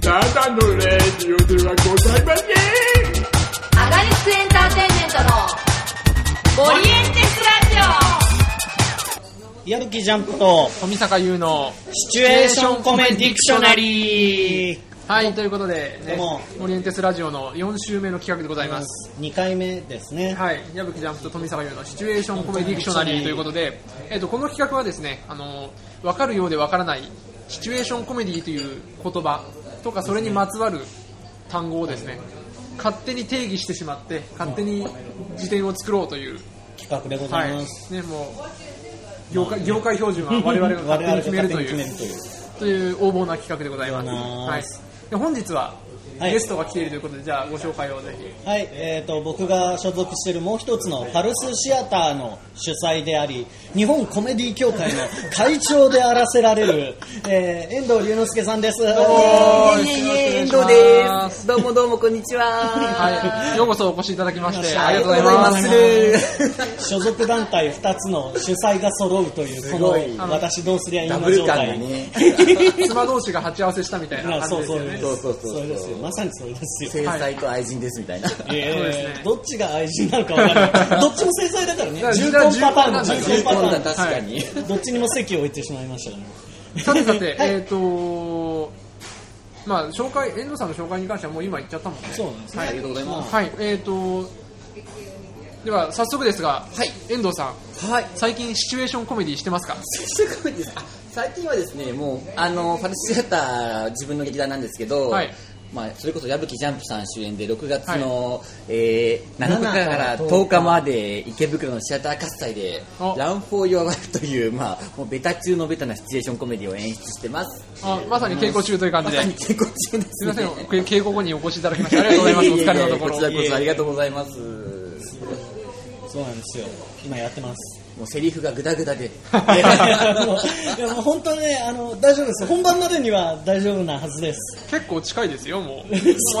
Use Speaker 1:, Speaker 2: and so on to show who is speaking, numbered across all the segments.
Speaker 1: ただのレディオではございません
Speaker 2: アガリスクエンターテインメントのオリエンテスラジ
Speaker 3: やる気ジャンプと
Speaker 4: 富坂優の
Speaker 3: シチュエーションコメディクショナリー
Speaker 4: はいということで、
Speaker 3: どう
Speaker 4: ね
Speaker 3: も、
Speaker 4: オリエンテスラジオの4週目の企画でございます、
Speaker 3: 2回目ですね、
Speaker 4: はい矢吹ジャンプと富坂優のシチュエーションコメディクショナリーということで、えっとこの企画はですねあの分かるようで分からないシチュエーションコメディという言葉とかそれにまつわる単語をですね勝手に定義してしまって勝手に辞典を作ろうという
Speaker 3: 企画でござ
Speaker 4: はいい
Speaker 3: ます、
Speaker 4: ねもう業界業界標準は我々が勝手に決めると
Speaker 3: 我々が勝手に決め
Speaker 4: いう
Speaker 3: るという
Speaker 4: という横暴な企画でございます。
Speaker 3: では
Speaker 4: は
Speaker 3: ないーす。
Speaker 4: で本日は、
Speaker 3: はい
Speaker 4: ゲストが来ているということで、じゃあご紹介をぜひ。
Speaker 3: はい、えー、と僕が所属しているもう一つのパルスシアターの主催であり日本コメディ協会の会長であらせられ る、えー、遠藤龍之介さんです
Speaker 5: いえいえ、遠藤です。どうもどうも、こんにちは。
Speaker 4: はい。ようこそお越しいただきまして、あ
Speaker 3: あ
Speaker 4: り
Speaker 3: り
Speaker 4: が
Speaker 3: が
Speaker 4: と
Speaker 3: と
Speaker 4: う
Speaker 3: う
Speaker 4: ご
Speaker 3: ご
Speaker 4: ざ
Speaker 3: ざ
Speaker 4: い
Speaker 3: いま
Speaker 4: ま。
Speaker 3: すす所属団体2つの主催が揃うというこの私どうすりゃいい
Speaker 5: ダ
Speaker 3: の
Speaker 5: ブル
Speaker 3: 状
Speaker 5: 感だ
Speaker 3: 態
Speaker 5: ね。
Speaker 4: 妻同士が鉢合わせしたみたいな
Speaker 3: あ
Speaker 4: 感
Speaker 3: そう
Speaker 4: じで
Speaker 3: そう
Speaker 4: すよね。
Speaker 5: そうそうそう
Speaker 3: それですよまさにそれですよ
Speaker 5: 制裁と愛人ですみたいな。
Speaker 3: いやいやい
Speaker 4: そうです
Speaker 3: や
Speaker 4: ね
Speaker 3: どっちが愛人なのか分からない。どっちも制裁だからね
Speaker 4: だ。
Speaker 3: 重
Speaker 4: から
Speaker 3: 婚パターンの
Speaker 4: 重
Speaker 3: 重
Speaker 4: 婚
Speaker 3: 婚
Speaker 5: 今度は
Speaker 3: パタ
Speaker 5: 確かに。
Speaker 3: ーン。どっちにも席を置いてしまいましたからね。
Speaker 4: さてさて、
Speaker 3: はい
Speaker 4: えっと、まあ、紹介、遠藤さんの紹介に関してはもう今言っちゃったもんね。
Speaker 3: そうなんですね。
Speaker 5: ありがとうございま
Speaker 4: はい。えっと、では早速ですが、遠藤さん、
Speaker 5: す。はい。
Speaker 4: 最近シチュエーションコメディしてますか
Speaker 5: 最近ですあ最近はですね、もう、あの、パルスシアター、自分の劇団なんですけど、
Speaker 4: はい
Speaker 5: まあ、それこそ矢吹ジャンプさん主演で6月の、えー7日から
Speaker 3: 7
Speaker 5: 10日まで池袋のシアター喝采で「
Speaker 4: お
Speaker 5: Run for Your Life」という、まあ、もうベタ中のベタなシチュエーションコメディを演出してます
Speaker 4: あまさに稽古中という感じ
Speaker 5: ま
Speaker 4: で。
Speaker 5: さに稽古中ですす
Speaker 4: み
Speaker 5: ね
Speaker 4: ません、け稽古後にお越しいただきましてありがとうございます。お疲れのところ。
Speaker 5: いえいえいえこちらこそありがとうございます。
Speaker 3: そうなんですよ。今やってます。
Speaker 5: もうセリフがグダグ ダで。
Speaker 3: いやもういやもう本当にね、あの、大丈夫です。本番までには大丈夫なはずです。
Speaker 4: 結構近いですよ、もう。もう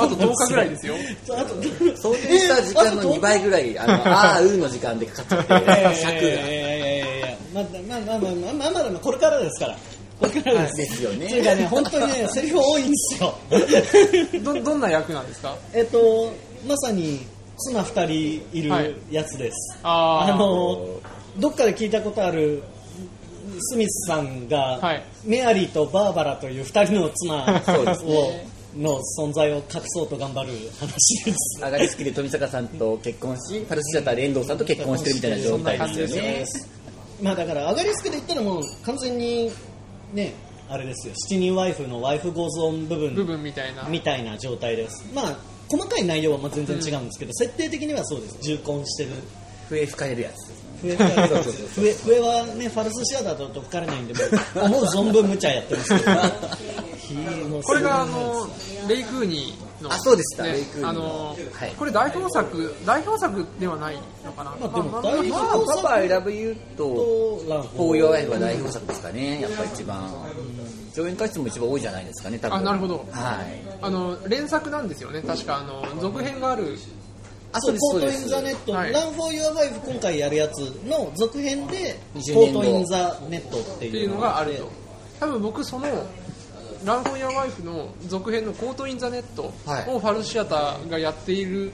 Speaker 4: あと10日ぐらいですよ。
Speaker 3: そう。あと、
Speaker 5: 想定した時間の2倍ぐらい、あの、あーうーの時間でかかっちゃって、
Speaker 3: 尺
Speaker 5: 尺
Speaker 3: が。いやいやいやいやいやまだまあまあまあまあまあまだまあこれからですから。これからです。
Speaker 5: ですよね
Speaker 3: というかね、本当にね、セリフ多いんですよ。
Speaker 4: ど、どんな役なんですか
Speaker 3: えっと、まさに妻二人い
Speaker 4: はい
Speaker 3: るやつです。
Speaker 4: あー
Speaker 3: あの、どっかで聞いがどっかで聞いたことあるスミスさんが、
Speaker 4: はい
Speaker 3: メアリーとバーバラという二人の妻
Speaker 5: そうです
Speaker 3: を、の存在を隠そうと頑張る話です。
Speaker 5: 上がり好きで富坂さんと結婚し、パルスシアターで遠藤さんと結婚してるみたいな状態ですよね。
Speaker 3: まあだから、アガリスクで言ったらもう完全に、ね、あれですよ、七人ワイフのワイフゴーズオン部分
Speaker 4: 部分みたいな。
Speaker 3: みたいな状態です。まあ、細かい内容はまあ全然違うんですけど、設定的にはそうです。重婚して る。
Speaker 5: 笛吹かれるやつ。
Speaker 3: 笛笛笛はね、ファルスシアターだと吹かれないんで、もう思う存分無茶やってますけど。ひもう
Speaker 4: これが、あ
Speaker 3: すごいな
Speaker 4: の、レイクーニーの。
Speaker 5: あそうでした
Speaker 4: ね
Speaker 5: レイクーニーの
Speaker 4: あの
Speaker 5: はい、
Speaker 4: これ代表作、代表作ではないのかな。
Speaker 3: まあでも
Speaker 4: まあ
Speaker 3: 代表
Speaker 4: まあ
Speaker 5: まあ、パパ I love you と、
Speaker 3: とラン
Speaker 5: フォーヨーアイは代表作ですかね、やっぱ一番。上演回数も一番多いじゃないですかね、多分。
Speaker 4: あなるほど
Speaker 5: はい。
Speaker 4: あの、連作なんですよね。確か、あの、続編がある。
Speaker 3: あそうポート・イン・ザ・ネット、
Speaker 4: はい
Speaker 3: ラン・フォー・ユア・ワイフ今回やるやつの続編で、
Speaker 5: 20
Speaker 3: ポー
Speaker 5: 年後
Speaker 3: ト・イン・ザ・ネットって
Speaker 4: ってい
Speaker 3: いうう
Speaker 4: のがあると多分僕そのランフォン・ヤ・ワイフの続編の「コート・イン・ザ・ネット」
Speaker 5: はい
Speaker 4: をファルシアターがやっている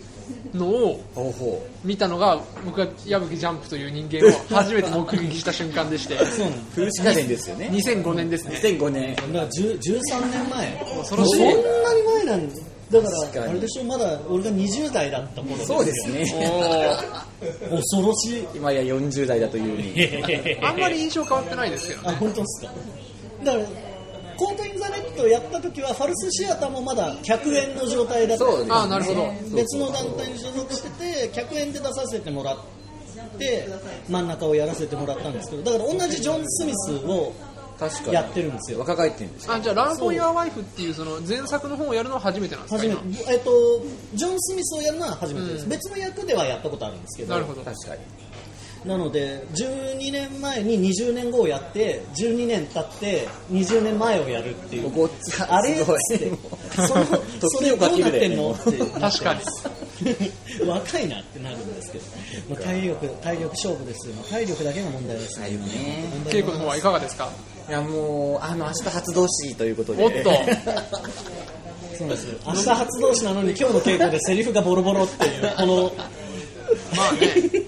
Speaker 4: のを
Speaker 5: ほうほ
Speaker 4: 見たのが僕が矢吹ジャンプという人間を初めて目撃した瞬間でして
Speaker 3: そうなん
Speaker 5: う。フルシカデンですよね。
Speaker 4: 2005年ですね
Speaker 5: 2005年。
Speaker 3: だから10 13年前
Speaker 4: 恐ろしい
Speaker 3: そんなに前なんだだから
Speaker 5: 確かに
Speaker 3: あれでしょまだ俺が20代だった頃ですよ
Speaker 5: そうです
Speaker 4: お
Speaker 5: ね。
Speaker 4: ー
Speaker 3: 恐ろしい
Speaker 5: 今や40代だというに。
Speaker 4: あんまり印象変わってないですけど
Speaker 3: あ本当ですかだからコート・イン・ザ・ネットをやった時はファルスシアターもまだ100円の状態だった
Speaker 5: そうですね
Speaker 4: あなるほど
Speaker 3: 別の団体に所属してて100円で出させてもらって真ん中をやらせてもらったんですけどだから同じジョン・スミスを
Speaker 5: 確かに
Speaker 3: やってるんですよ
Speaker 5: 若返ってるんですよ
Speaker 4: あじゃあ「ランフォン・ヤ・ワイフ」っていうその前作の方をやるのは初めてなんですか
Speaker 3: 初めて
Speaker 4: 今、
Speaker 3: えっと、ジョン・スミスをやるのは初めてです、
Speaker 4: うん
Speaker 3: 別の役ではやったことあるんですけど
Speaker 4: なるほど
Speaker 5: 確かに
Speaker 3: なので12年前に20年後をやって12年経って20年前をやるっていう
Speaker 5: ごっちゃ
Speaker 3: あれ
Speaker 5: す
Speaker 3: っ
Speaker 5: ごい
Speaker 3: つってそのそ
Speaker 5: 時
Speaker 3: れ
Speaker 5: を
Speaker 3: ど
Speaker 5: か
Speaker 3: う
Speaker 5: け
Speaker 3: なっ
Speaker 5: る
Speaker 3: てん
Speaker 5: ね
Speaker 3: の
Speaker 5: も
Speaker 3: っ
Speaker 5: う
Speaker 3: てなって
Speaker 4: 確かに
Speaker 3: ます若いなってなるんですけどもう体力体力勝負ですよ体力だけが問題です
Speaker 5: だよね
Speaker 3: 問題
Speaker 4: 稽古の方はいかがですか
Speaker 5: いやもうあの明日発動しということで
Speaker 4: おっと
Speaker 3: そうです明日発動しなのに今日の稽古でセリフがボロボロっていうこの
Speaker 4: まあね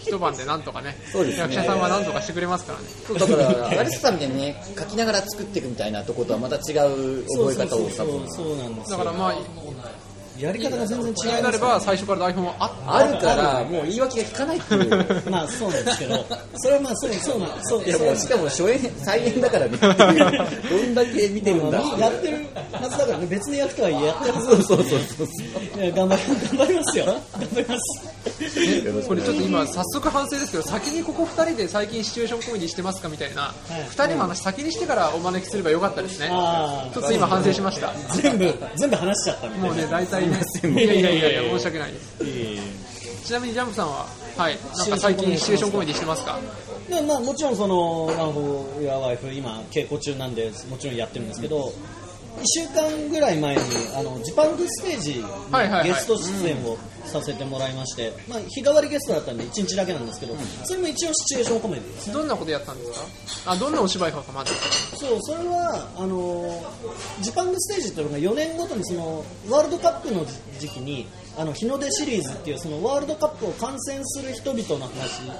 Speaker 4: 一晩でなんとかね
Speaker 5: そうですね
Speaker 4: 役者さんはなんとかしてくれますからね
Speaker 5: そう だからアリスさんみたいにね書きながら作っていくみたいなとことはまた違う覚え方
Speaker 3: そ
Speaker 5: を多
Speaker 3: うそう
Speaker 5: 分
Speaker 3: そうそうなんです
Speaker 4: だ
Speaker 3: よ
Speaker 4: からまあ
Speaker 3: やり方が全然違い
Speaker 4: 気に
Speaker 3: ま
Speaker 4: なれ
Speaker 3: す
Speaker 4: ば最初から台本はあ
Speaker 5: あるからもう言い訳が聞かないっていう
Speaker 3: まあそうなんですけどそれはまあそうそうなんそう
Speaker 5: いや
Speaker 3: そう
Speaker 5: も
Speaker 3: なん
Speaker 5: う
Speaker 3: です
Speaker 5: しかも初演再演だか らねどんだけ見てるんだ
Speaker 3: やってるはずだからね別の役とはいえやってるはず
Speaker 5: そうそうそうそう
Speaker 3: いや頑張り頑張りますよ頑張り ます
Speaker 4: るこれちょっと今早速反省ですけど先にここ2人で最近シチュエーションコメディしてますかみたいな2人の話先にしてからお招きすればよかったですね
Speaker 3: あー
Speaker 4: ちょっと今反省しました
Speaker 3: 全部全部話しちゃったみたい
Speaker 4: もうね大体ね
Speaker 5: いま
Speaker 4: い
Speaker 5: せん
Speaker 4: やいやいやいや申し訳ないですちなみにジャンプさんははいなんか最近シチュエーションコメディしてますか
Speaker 3: なまあ、もちろんその「ワンホー・ワイフ」今稽古中なんでもちろんやってるんですけど、一1週間ぐらい前にあのジパングステージ
Speaker 4: はいはいはい
Speaker 3: にゲスト出演をさせてもらいまして、まあ、日替わりゲストだったんで1日だけなんですけど、それも一応シチュエーションコメディです
Speaker 4: どんなことやったんですかあどんなお芝居かまず
Speaker 3: そうそれはあのジパングステージっていうのが4年ごとにそのワールドカップの時期にあの日の出シリーズっていうそのワールドカップを観戦する人々の話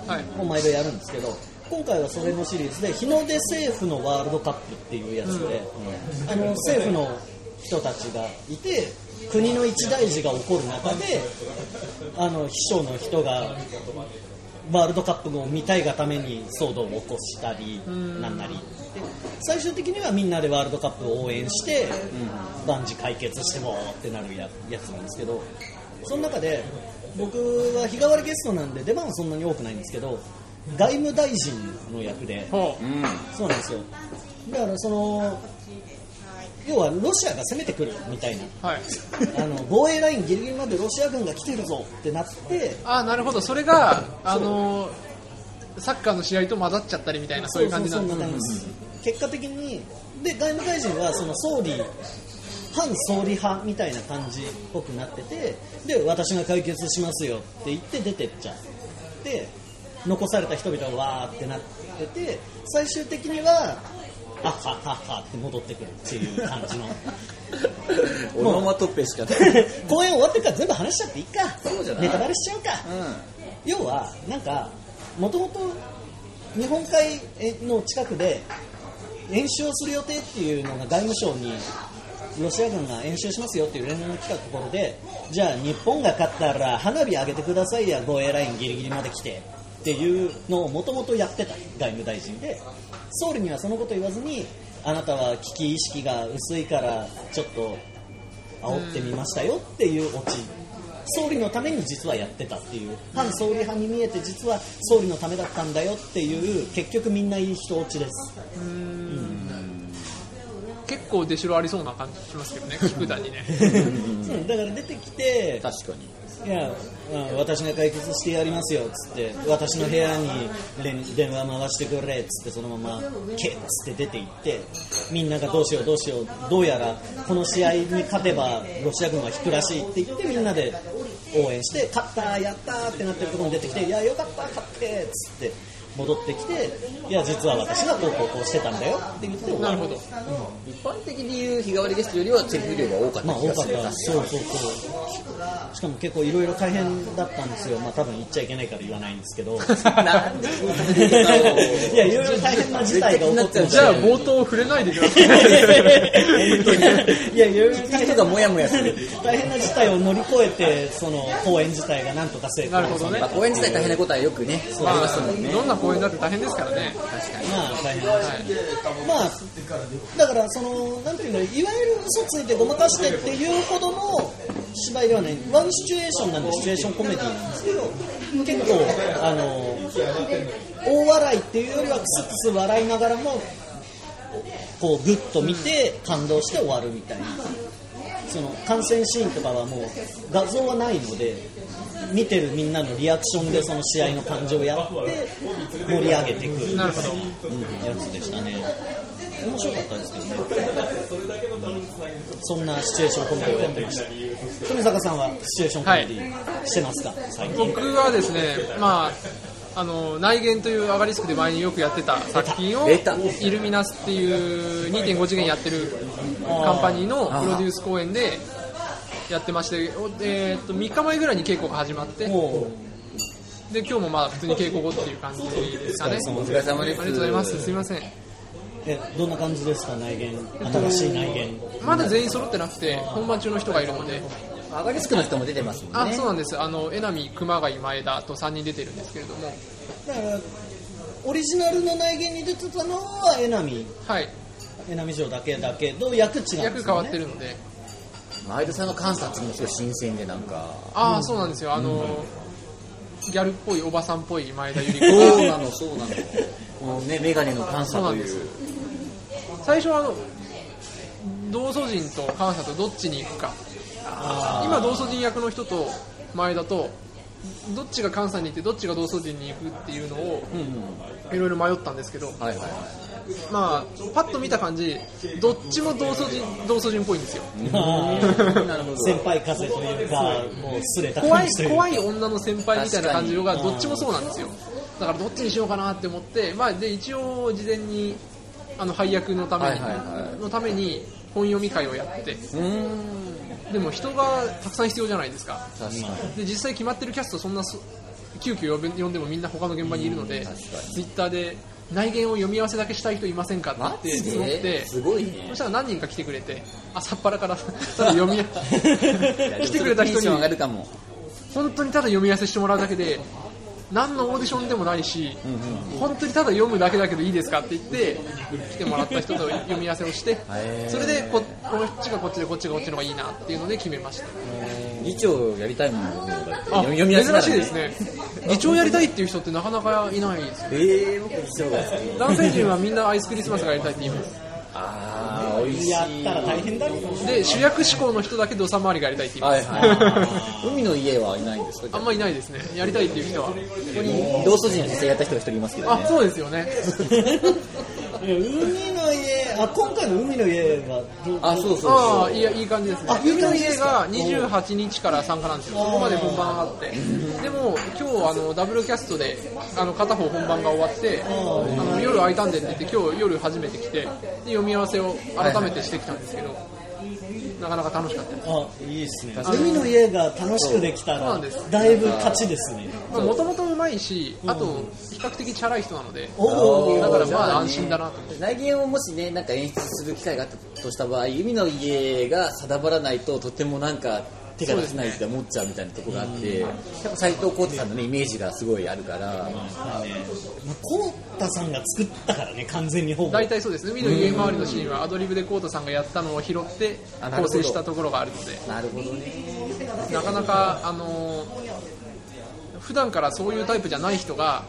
Speaker 4: はい
Speaker 3: を毎度やるんですけど、今回はそれのシリーズで日の出政府のワールドカップっていうやつで、あの政府の人たちがいて国の一大事が起こる中であの秘書の人がワールドカップを見たいがために騒動を起こしたりなんなりで最終的にはみんなでワールドカップを応援して万事解決してもってなるややつなんですけどその中で僕は日替わりゲストなんで出番はそんなに多くないんですけど外務大臣の役で
Speaker 4: ほう
Speaker 3: そうなんですよだからその要はロシアが攻めてくるみたいな
Speaker 4: はい
Speaker 3: あの防衛ラインギリギリまでロシア軍が来てるぞってなって
Speaker 4: あなるほどそれがあのサッカーの試合と混ざっちゃったりみたいなそういう感じなんで
Speaker 3: そうそうそ
Speaker 4: す
Speaker 3: んな感じです結果的にで外務大臣はその総理反総理派みたいな感じっぽくなっててで私が解決しますよって言って出てっちゃって残された人々がわーってなってて最終的にはあはははって戻ってくるっていう感 じの
Speaker 5: オノマトペしかない
Speaker 3: 公演終わってから全部話しちゃっていいか
Speaker 5: そうじゃない
Speaker 3: ネタバレしちゃうか、要はなんかもともと日本海の近くで演習をする予定っていうのが外務省にロシア軍が演習しますよっていう連絡が来たところでじゃあ日本が勝ったら花火上げてくださいや護衛ラインギリギリまで来てっていうのをもともとやってた外務大臣で総理にはそのこと言わずにあなたは危機意識が薄いからちょっと煽ってみましたよっていうオチ総理のために実はやってたっていう反総理派に見えて実は総理のためだったんだよっていう結局みんないい人オチです
Speaker 4: 結構出城ありそうな感じしますけどね菊田にね
Speaker 3: うんだから出てきて
Speaker 5: 確かに
Speaker 3: いや、うん私が解決してやりますよっつって私の部屋に連電話回してくれっつってそのままけっつって出て行ってみんながどうしようどうしようどうやらこの試合に勝てばロシア軍は引くらしいって言ってみんなで応援して勝ったやったーってなってるところに出てきていやよかった勝ってっつって戻ってきていや実は私がこうこうこうしてたんだよって言って終わ
Speaker 4: なる
Speaker 3: る
Speaker 4: ほど
Speaker 5: 一般的に言う日替わりゲストよりはセリフ量が多かった
Speaker 3: まあ
Speaker 5: 気
Speaker 3: 多か
Speaker 5: がす
Speaker 3: っ
Speaker 5: る
Speaker 3: たそうそうそうしかも結構いろいろ大変だったんですよまあ多分言っちゃいけないから言わないんですけど
Speaker 5: なんで
Speaker 3: いやいろいろ大変な事態が起こってまし
Speaker 4: じゃ
Speaker 3: た
Speaker 4: あ
Speaker 3: よ
Speaker 4: 冒頭触れないでください
Speaker 3: いやいろいろ
Speaker 5: 聞く人がモヤモヤす る
Speaker 3: 大変な事態を乗り越えてその公演自体がなんとか成功
Speaker 4: なるほどね
Speaker 5: まあ、公演自体大変なことはよくね、
Speaker 4: ま
Speaker 5: あり
Speaker 4: あ
Speaker 5: ますもんね。
Speaker 4: どんな公演だって大変ですからね
Speaker 3: まあ大変でしたねまあだからそのなんていうのいわゆる嘘ついてごまかしてっていうほどの芝居ではないワンシチュエーションなんでシチュエーションコメディなんですけど結構あの大笑いっていうよりはクスクス笑いながらもこうグッと見て感動して終わるみたいなその感染シーンとかはもう画像はないので見てるみんなのリアクションでその試合の感情をやって盛り上げていくる
Speaker 4: なるほど
Speaker 3: やつでしたね面白かったですけどねそんなシチュエーションコメディをやってました富坂さんはシチュエーションコメディしてますか、最近
Speaker 4: 僕はですねまああの内言というアガリスクで前によくやってた作品を
Speaker 5: 出た
Speaker 4: イルミナスっていう2.5次元やってるカンパニーのプロデュース公演でやってまして、おえーっと3日前ぐらいに稽古が始まって
Speaker 3: も
Speaker 4: で今日もまあ普通に稽古後っていう感じですかね
Speaker 3: お
Speaker 5: お
Speaker 3: 疲
Speaker 5: 疲れ様
Speaker 4: あり
Speaker 5: で
Speaker 4: が
Speaker 5: す
Speaker 4: とうございますすいません
Speaker 3: うえどんな感じですか内言新しい内言
Speaker 4: まだ全員揃ってなくて本番中の人がいるので
Speaker 5: アガリスクの人も出てますもんね
Speaker 4: あそうなんですあの榎並熊谷前田と3人出てるんですけれども
Speaker 3: だからオリジナルの内言に出てたのは江波
Speaker 4: はい
Speaker 3: 江波城だけだけど役違うんですよね
Speaker 4: 役変わってるので
Speaker 5: 前田さんの観察もすごい新鮮でなんか
Speaker 4: ああそうなんですよあのギャルっぽいおばさんっぽい前田由
Speaker 5: そ
Speaker 4: 里子
Speaker 5: うなのそうなのこのねメガネの観察とい
Speaker 4: そう
Speaker 5: う
Speaker 4: 最初はあの同祖人と関西とどっちに行くか今同祖人役の人と前田とどっちが関西に行ってどっちが同祖人に行くっていうのを
Speaker 5: うんうん
Speaker 4: いろいろ迷ったんですけど
Speaker 5: はいはいはい
Speaker 4: まあパッと見た感じどっちも同祖人同祖人っぽいんですよ
Speaker 3: あー
Speaker 5: なるほど
Speaker 3: 先輩風というかもうす れた
Speaker 4: 怖
Speaker 3: 感
Speaker 4: い
Speaker 3: じというか
Speaker 4: 怖い女の先輩みたいな感じが
Speaker 3: 確かに
Speaker 4: どっちもそうなんですよだからどっちにしようかなって思って、まあ、で一応事前にあの配役のために、
Speaker 5: はいはいはい
Speaker 4: のために本読み会をやって
Speaker 5: うーん
Speaker 4: でも人がたくさん必要じゃないですか
Speaker 5: 確か
Speaker 4: で
Speaker 5: に
Speaker 4: 実際決まってるキャストそんなそ急遽呼ぶ呼んでもみんな他の現場にいるので
Speaker 5: 確かに
Speaker 4: ツイッターで内言を読み合わせだけしたい人いませんか
Speaker 5: マ
Speaker 4: って
Speaker 5: ジ
Speaker 4: 言って募って
Speaker 5: で。すごいね
Speaker 4: そしたら何人か来てくれて朝っぱらから ただ読 み来てくれた人
Speaker 5: テンション上が
Speaker 4: に
Speaker 5: るかも
Speaker 4: 本当にただ読み合わせしてもらうだけで何のオーディションでもないし、本当にただ読むだけだけどいいですかって言って来てもらった人と読み合わせをして
Speaker 5: へー
Speaker 4: それでここっちがこっちでこっちがこっちの方がいいなっていうので決めました
Speaker 5: 議長やりたいもんね
Speaker 4: あ
Speaker 5: 読み合わせなら
Speaker 4: 珍しいですね議長やりたいっていう人ってなかなかいないですよ
Speaker 5: ええ僕議長が好き
Speaker 4: 男性陣はみんなアイスクリスマスがやりたいって言います
Speaker 5: ああ美味しい
Speaker 3: やったら大変だろうな
Speaker 4: で主役志向の人だけ土佐回りがやりたいって言いま
Speaker 5: は
Speaker 4: す、
Speaker 5: いはい海の家はいないんです
Speaker 4: あ
Speaker 5: か
Speaker 4: んまいないですねやりたいっていう人は
Speaker 5: 同祖人の実際やった人が一人いますけど
Speaker 4: あ
Speaker 5: ね
Speaker 4: そうですよね
Speaker 3: いや海の家あ今回の海の家はどう
Speaker 5: あそうそうそう
Speaker 4: ああいやいい感じですね
Speaker 3: あいい
Speaker 4: 海
Speaker 3: 感
Speaker 4: の
Speaker 3: じで
Speaker 4: 家
Speaker 3: すか
Speaker 4: が28日から参加なんですよそこまで本番あってでも今日あのダブルキャストであの片方本番が終わってあの夜空いたんでって言って今日夜初めて来てで読み合わせを改めてしてきたんですけどなかなか楽しかったです
Speaker 3: あいいですね海の家が楽しくできた
Speaker 4: そうな
Speaker 3: ら
Speaker 4: んです
Speaker 3: だいぶ勝ちですね
Speaker 4: もともとうまいし、あと比較的チャラい人なので、
Speaker 3: おお
Speaker 4: だから
Speaker 5: じゃ
Speaker 4: まあ
Speaker 5: あ
Speaker 4: 安心だなと思って。
Speaker 5: 内見をもしねなんか演出する機会があったとした場合海の家が定まらないととてもなんか手が出せないって思っちゃうみたいなところがあってやっぱ斎藤浩太さんのねイメージがすごいあるから
Speaker 3: コウタさんが作ったからね完全にほぼ
Speaker 4: 大体そうですね、海の家周りのシーンはアドリブでコウタさんがやったのを拾って
Speaker 5: あなるほ
Speaker 4: 構
Speaker 5: ど
Speaker 4: 成したところがあるので、
Speaker 5: なるほどね
Speaker 4: なかなか、あのー普段からそういうタイプじゃない人が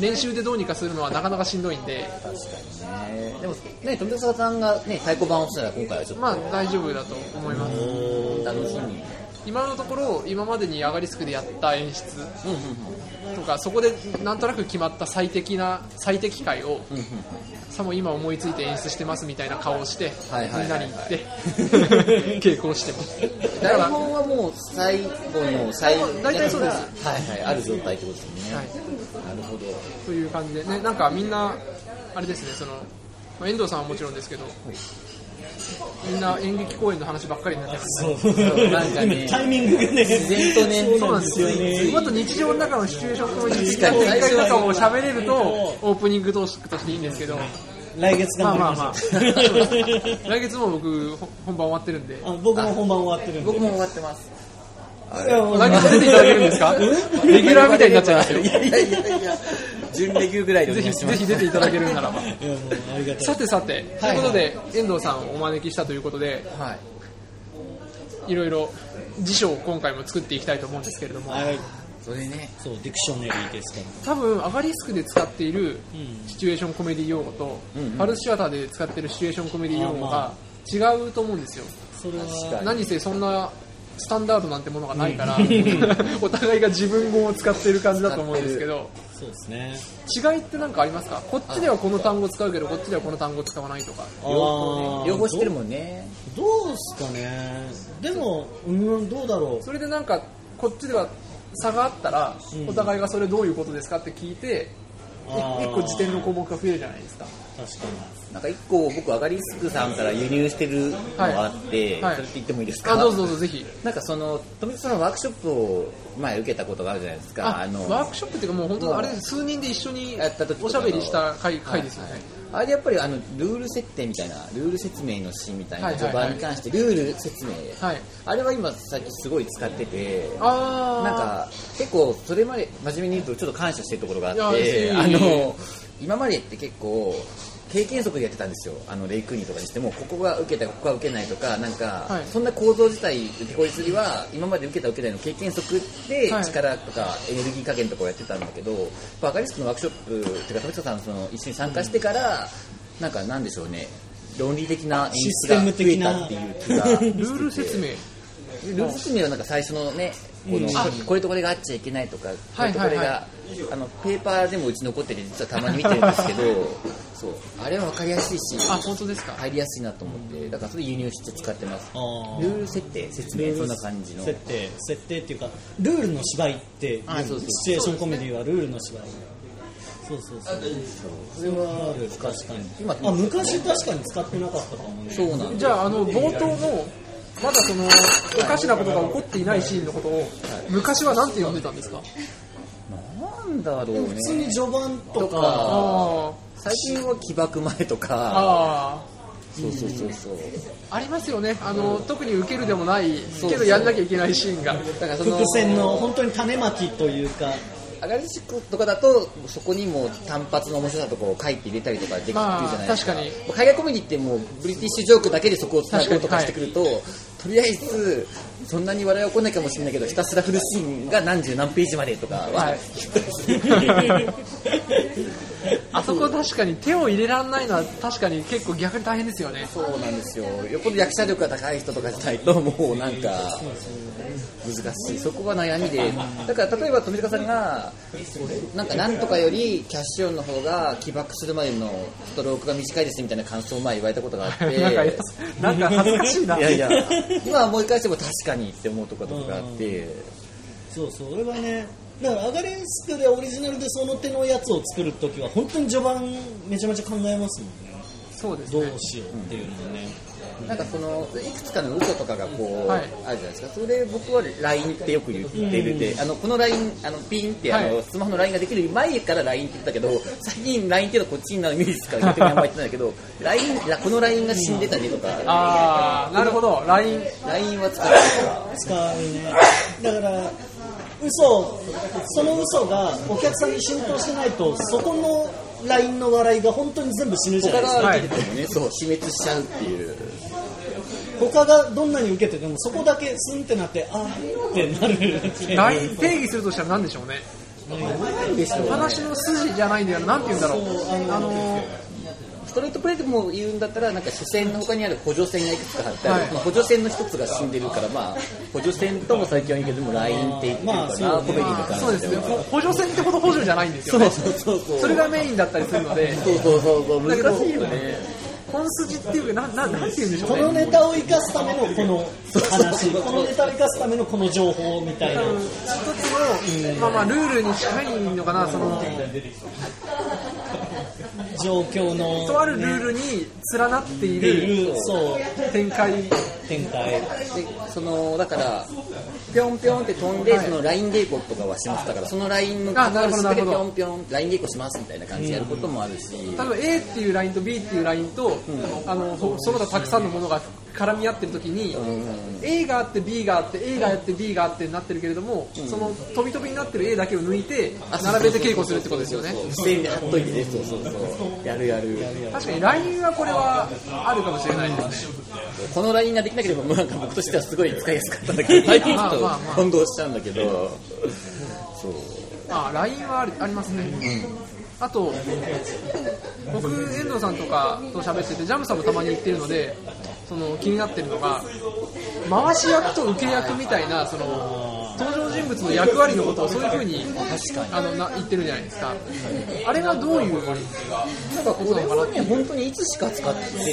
Speaker 4: 練習でどうにかするのはなかなかしんどいんで、
Speaker 5: 確かにねでもね富澤さんがね太鼓判をしたら今回はちょっと
Speaker 4: まあ大丈夫だと思います。
Speaker 5: 楽しみ
Speaker 4: 今のところ今までにアガリスクでやった演出とかそこでなんとなく決まった最適な最適解をさも今思いついて演出してますみたいな顔をして
Speaker 5: はいはい
Speaker 4: みんなに言って 稽古をしてますだから、
Speaker 5: 台
Speaker 4: は
Speaker 5: 本はもう最後の最後
Speaker 4: 大体そうです
Speaker 5: はいはいある状態ってことですよね、
Speaker 4: い、
Speaker 5: なるほど
Speaker 4: という感じでねなんかみんなあれですねそのまあ遠藤さんはもちろんですけどみんな演劇公演の話ばっかりになってます
Speaker 3: そう
Speaker 5: なんかね
Speaker 3: 今タイミングがね
Speaker 5: 自然とね
Speaker 3: そうなんですよね
Speaker 4: もっと日常の中のシチュエーションコメディ
Speaker 5: 確かに
Speaker 4: 展開とかを喋れるとオープニングトークとしていいんですけど
Speaker 3: 来月頑張りましょう
Speaker 4: まあまあまあ来月も僕ほ本番終わってるんで
Speaker 3: あ僕も本番終わってるんで
Speaker 5: 僕も終わってます
Speaker 3: いやもう
Speaker 4: 来月出ていただけるんで すかレギュラーみたいになっちゃいますよ
Speaker 5: いやいやいやいや準レギュぐらいでお
Speaker 4: ぜ
Speaker 5: 願
Speaker 4: ひ
Speaker 5: いしま
Speaker 4: ぜ
Speaker 5: す
Speaker 4: ひ出ていただけるならば
Speaker 3: いやもうありがたい
Speaker 4: さてさて、
Speaker 3: はい
Speaker 4: ということで遠藤さんをお招きしたということで
Speaker 5: はい
Speaker 4: いろいろ辞書を今回も作っていきたいと思うんですけれども
Speaker 3: はい
Speaker 5: それね
Speaker 3: そうディクショネリーですから
Speaker 4: 多分アガリスクで使っている
Speaker 3: うん
Speaker 4: シチュエーションコメディ用語と、
Speaker 5: うんうん
Speaker 4: パルスシアターで使ってるシチュエーションコメディ用語が
Speaker 3: あ
Speaker 4: 違うと思うんですよ
Speaker 3: それは
Speaker 5: はい
Speaker 4: 何せそんなスタンダードなんてものがないから、
Speaker 3: うん
Speaker 4: お互いが自分語を使ってる感じだと思うんですけど
Speaker 3: そうですね
Speaker 4: 違いって何かありますかこっちではこの単語使うけどこっちではこの単語使わないとか
Speaker 3: あ
Speaker 5: 両方
Speaker 3: ー
Speaker 5: ね両方知ってるもんね
Speaker 3: どうすかねでもうんどうだろう
Speaker 4: それでなんかこっちでは差があったら
Speaker 3: うん
Speaker 4: お互いがそれどういうことですかって聞いて
Speaker 3: あー
Speaker 4: 1個辞典の項目が増えるじゃないですか
Speaker 3: 確かに
Speaker 5: なんか一個僕アガリスクさんから輸入してるのがあって、
Speaker 4: はいはい
Speaker 5: それって言ってもいいですか
Speaker 4: あどうぞどうぞぜひ
Speaker 5: なんかその富田さんのワークショップを前受けたことがあるじゃないですか
Speaker 4: あ
Speaker 5: の
Speaker 4: ワークショップっていうかもう本
Speaker 5: も
Speaker 4: 当
Speaker 5: う
Speaker 4: あれ数人で一緒に
Speaker 5: やった時とかの
Speaker 4: おしゃべりした回
Speaker 5: は
Speaker 4: 回
Speaker 5: い
Speaker 4: ですよね、
Speaker 5: あれでやっぱりあのルール設定みたいなルール説明の詩みたい
Speaker 4: は
Speaker 5: な
Speaker 4: は
Speaker 5: い
Speaker 4: いはい
Speaker 5: 序盤に関してルール説明、
Speaker 4: はい
Speaker 5: あれは今最近すごい使ってて
Speaker 4: ああ
Speaker 5: なんか結構それまで真面目に言うとちょっと感謝してるところがあっ
Speaker 4: い
Speaker 5: て
Speaker 4: や
Speaker 5: あ
Speaker 4: 嬉しい
Speaker 5: の今までって結構経験則でやってたんですよあのレイクーニーとかにしてもここが受けたここが受けないとかなんか、
Speaker 4: はい
Speaker 5: そんな構造自体手こりすりは今まで受けた受けないの経験則で
Speaker 4: はい
Speaker 5: 力とかエネルギー加減とかをやってたんだけど、アカリスクのワークショップっていうか富田さんその一緒に参加してから、なんかなんでしょうね論理的な演出が増えたっていう気が
Speaker 3: システム
Speaker 4: ルール説明
Speaker 5: ルール説明はなんか最初のね、こ
Speaker 3: うん
Speaker 5: の
Speaker 4: あ
Speaker 5: これとこれがあっちゃいけないとか、こ
Speaker 4: は
Speaker 5: れ
Speaker 4: い
Speaker 5: と
Speaker 4: は
Speaker 5: こ
Speaker 4: いはい
Speaker 5: れが、あのペーパーでもうち残ってて、実はたまに見てるんですけど、そうあれは分かりやすいし、
Speaker 4: あ本当ですか
Speaker 5: 入りやすいなと思って、だからそれ輸入して使ってます。
Speaker 3: あ
Speaker 5: ルール設定、説明、そんな感じの。
Speaker 3: 設定設定っていうかルールの芝居っていう
Speaker 5: あそうそ
Speaker 3: シ
Speaker 5: う
Speaker 3: チュエーションコメディはルールの芝居そうそうそうそれはある確かに
Speaker 5: 今
Speaker 3: あ昔確かに使ってなかったかもね
Speaker 5: そうなんです
Speaker 4: じゃああの冒頭のまだそのおかしなことが起こっていないシーンのことを昔はなんて呼んでたんですか
Speaker 5: なんだろうね
Speaker 3: 普。通に序盤と
Speaker 5: と
Speaker 3: か
Speaker 5: か
Speaker 4: あ
Speaker 5: 最近は起爆前と
Speaker 4: あ
Speaker 5: か、
Speaker 4: ああ
Speaker 5: そうそうそうそう。
Speaker 4: ありますよねあの特に受けるでもないけどやんなきゃいけないシーンが
Speaker 5: だからそ
Speaker 3: 伏線の本当に種まきというか
Speaker 5: アガリスクとかだとそこにもう単発の面白さとかを書いて入れたりとかできるじ
Speaker 4: まあ
Speaker 5: ゃないですか,、
Speaker 4: 確か
Speaker 5: 海外コメディってもうブリティッシュジョークだけでそこをつなごうとかしてくると、とりあえずそんなに笑いは起こんないかもしれないけどひたすらフルシーンが何十何ページまでとかは、
Speaker 4: はいあそこ確かに手を入れられないのは確かに結構逆に大変ですよね
Speaker 5: そうなんですよよっぽど役者力が高い人とかじゃないともうなんか難しいそこが悩みでだから例えば富塚さんがなんかなんとかよりキャッシュオンの方が起爆するまでのストロークが短いですみたいな感想を前言われたことがあって
Speaker 4: なんかやなんか恥ずかしいない
Speaker 5: やいや今思い返しても確かにって思うとことかがあって
Speaker 3: そうそう俺はねだからアガレンスクでオリジナルでその手のやつを作るときは本当に序盤めちゃめちゃ考えますもんね
Speaker 4: そうです
Speaker 3: ど
Speaker 4: ね
Speaker 3: うしようっていうのね、
Speaker 5: なんかそのいくつかの嘘とかがこう、
Speaker 4: はい
Speaker 5: あるじゃないですかそれで僕は LINE ってよく言ってるで、あのこの LINE あのピンってあの、
Speaker 4: はい
Speaker 5: スマホの LINE ができる前から LINE って言ったけど最近 LINE っていうのはこっちになるイメージですから逆にあんま言ってないけど LINE この LINE が死んでたねとか
Speaker 4: ああなるほど LINE
Speaker 5: LINE は使ってない
Speaker 3: 使うねだから嘘その嘘がお客さんに浸透してないとそこのラインの笑いが本当に全部死ぬじゃない
Speaker 5: 他
Speaker 3: ですか
Speaker 5: が受けててもね、そう死滅しちゃうっていう
Speaker 3: 他がどんなに受けててもそこだけスンってなってあーってなる
Speaker 4: LINE 定義するとしたら何でしょうね
Speaker 5: 何でしょう
Speaker 4: 話の筋じゃないんだよななんて言うんだろうあのー
Speaker 5: ストレートプレーでも言うんだったらなんか主戦の他にある補助線がいくつか貼ってある、
Speaker 4: はい
Speaker 5: まあ補助線の一つが死んでるから、まあ、補助線とも最近は言うけどでも LINE って言ってる
Speaker 3: まあ
Speaker 5: か
Speaker 3: そう
Speaker 5: な、
Speaker 3: ね
Speaker 5: コメディの
Speaker 4: まあ
Speaker 5: 感
Speaker 4: そうです
Speaker 5: じ
Speaker 4: ね
Speaker 5: で
Speaker 4: ほ
Speaker 5: は。
Speaker 4: 補助線ってほど補助じゃないんですよ
Speaker 5: そう
Speaker 4: ね
Speaker 5: そうそうそう
Speaker 4: それがメインだったりするので
Speaker 5: そうそうそうそう
Speaker 4: だけど
Speaker 5: 難しいよね
Speaker 4: 本筋っていうかなななんて言うんでしょ
Speaker 3: こ
Speaker 4: うね
Speaker 3: のネタを生かすためのこの話
Speaker 5: そうそう
Speaker 3: このネタを生かすためのこの情報みたいな
Speaker 4: 一つの、まあまあ、ルールに近いのかな、その、
Speaker 3: 状況の
Speaker 4: とあるルールに連なっている
Speaker 3: そう
Speaker 4: 展開。
Speaker 3: 展開
Speaker 5: でそのだからぴょんぴょんって飛んで、
Speaker 4: はい
Speaker 5: その LINE 稽古とかはしましたからその LINE の
Speaker 4: あなるほどなるほど
Speaker 5: ぴょんぴょん LINE 稽古しますみたいな感じでやることもあるし、
Speaker 4: 多分 A っていうラインと B っていうラインと、あのほその他たくさんのものが絡み合ってる時に、A があって B があって A があって B があってなってるけれども、その飛び飛びになってる A だけを抜いて並べて稽古するってことですよね
Speaker 5: そう付箋で貼っといてねそうそうそうやるやる
Speaker 4: 確かにラインはこれはあるかもしれないですね
Speaker 5: この LINE ができなければもうなんか僕としてはすごい使いやすかったんだけど最近ちょっと混同しちゃうんだけどそう
Speaker 4: まあ、ラインはあるありますね、あと、僕、遠藤さんとかと喋ってて、ジャムさんもたまに行ってるので、その気になってるのが、回し役と受け役みたいな、その登場人物の役割のことをそういうふうにあのな言ってるじゃないですか、あれがどういう、
Speaker 5: なんかこれはね本当にいつしか使って
Speaker 3: そうね、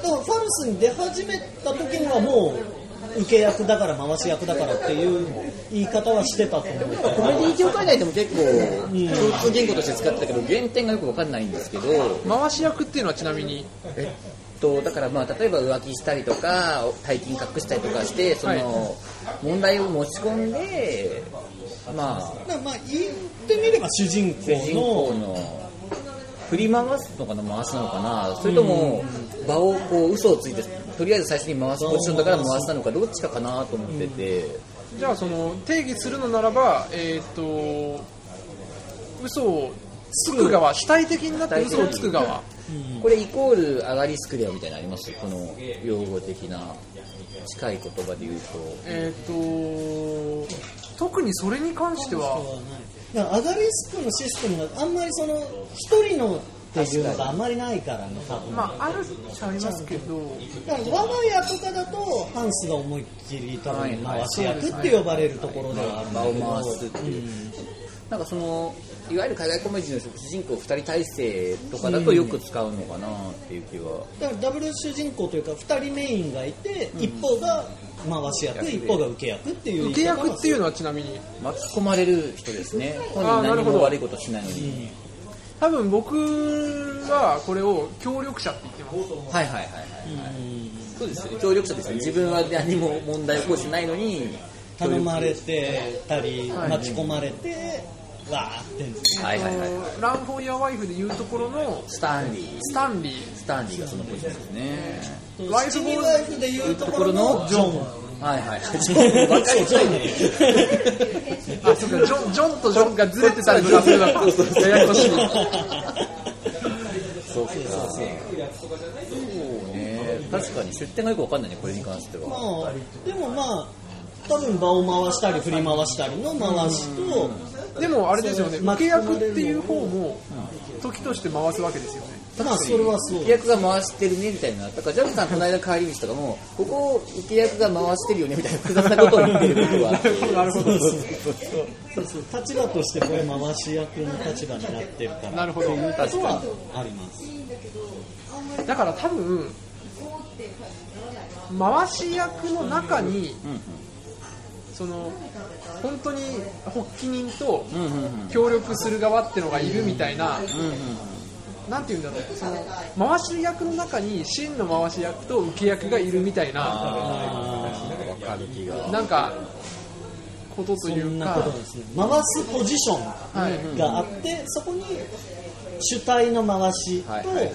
Speaker 5: て
Speaker 3: 僕もだからファルスに出始めた時にはもう受け役だから回し役だからっていう言い方はしてたと思う
Speaker 5: コメディ協会内でも結構、共通言語として使ってたけど、原点がよくわかんないんですけど、
Speaker 4: 回し役っていうのはちなみに
Speaker 5: えっと、だからまあ例えば浮気したりとか大金隠したりとかしてその問題を持ち込んで、まあ
Speaker 3: だからまあ言ってみれば主人
Speaker 5: 主人公
Speaker 3: 公の
Speaker 5: の振り回すのかな回すのかなそれとも場をこう嘘をついてとりあえず最初に回すポジションだから回したのかどっちかかなと思ってて、
Speaker 4: じゃあその定義するのならばえーっ、と嘘をつく側主体的になって嘘をつく側
Speaker 5: これイコール上がりスクレアみたいなのありますこの用語的な近い言葉で言うと。
Speaker 4: えーっ、と特にそれに関しては
Speaker 3: だからアガリスクのシステムがあんまりその一人のっていうのがあんまりないからね多分
Speaker 4: まああるっちゃありますけど
Speaker 3: だから我が家とかだとハンスが思いっきり多分回し役って呼ばれるところではあるんだ
Speaker 5: 場
Speaker 3: け
Speaker 5: を
Speaker 3: ど
Speaker 5: 回すっていう、なんかそのいわゆる海外コメディの主人公2人体制とかだとよく使うのかなっていう気は、
Speaker 3: だからダブル主人公というか2人メインがいて、一方が回し役一方が受け役っていう
Speaker 4: 受け役っていう
Speaker 3: う
Speaker 4: のはちなみに
Speaker 5: 巻き込まれる人ですね本
Speaker 4: あー
Speaker 5: 人
Speaker 4: なる
Speaker 5: 何
Speaker 4: ほど
Speaker 5: も悪いことしないのに、
Speaker 4: 多分僕はこれを協力者って言ってます
Speaker 5: はいはいはいはいそうですよね協力者ですよね自分は何も問題を起こしてないのに
Speaker 3: 頼まれてたり
Speaker 4: はい
Speaker 3: 巻き込まれてわーって
Speaker 5: はいはいはい
Speaker 4: あのランフォー・ヤ・ワイフでいうところの
Speaker 5: スタンリー
Speaker 4: スタンリー
Speaker 5: スタンリーがそのポジションですね
Speaker 4: ワイフ
Speaker 3: 七
Speaker 4: ボ
Speaker 3: 人
Speaker 4: ー
Speaker 3: ワイ
Speaker 4: イ
Speaker 3: フでいうところのジョン
Speaker 5: はいはいはい
Speaker 3: そうジョン
Speaker 4: あそうかジョンジョンとジョンがずれてたりとかするの
Speaker 5: そうそうそう
Speaker 4: ややこしい
Speaker 5: そうかそうね確かに出典がよくわかんないねこれに関しては
Speaker 3: まあでもまあ多分場を回したり振り回したりの回しと
Speaker 4: でもあれですよね
Speaker 3: そう
Speaker 4: 受け役っていう方も時として回すわけですよね
Speaker 3: まあそれはそう
Speaker 5: 受け役が回してるねみたいな、だからジャムさん、この間帰り道とかも、ここを受け役が回してるよねみたいな 複雑なことを言ってることはあって、
Speaker 4: なるほど
Speaker 3: そうそう立場としてこれ回し役の立場になってるから
Speaker 4: なるほど
Speaker 3: ことはあります
Speaker 4: だから多分回し役の中にその本当に発起人と
Speaker 5: うんうんうん
Speaker 4: 協力する側ってのがいるみたいななんて言うんだろうその回し役の中に真の回し役と受け役がいるみたいな
Speaker 5: あー、わかる気が、
Speaker 4: なんかことと
Speaker 3: そ
Speaker 4: い
Speaker 3: ん
Speaker 4: う
Speaker 3: なこと
Speaker 4: か
Speaker 3: ですね回すポジションがあってそこに主体の回しと
Speaker 5: はいはいはい。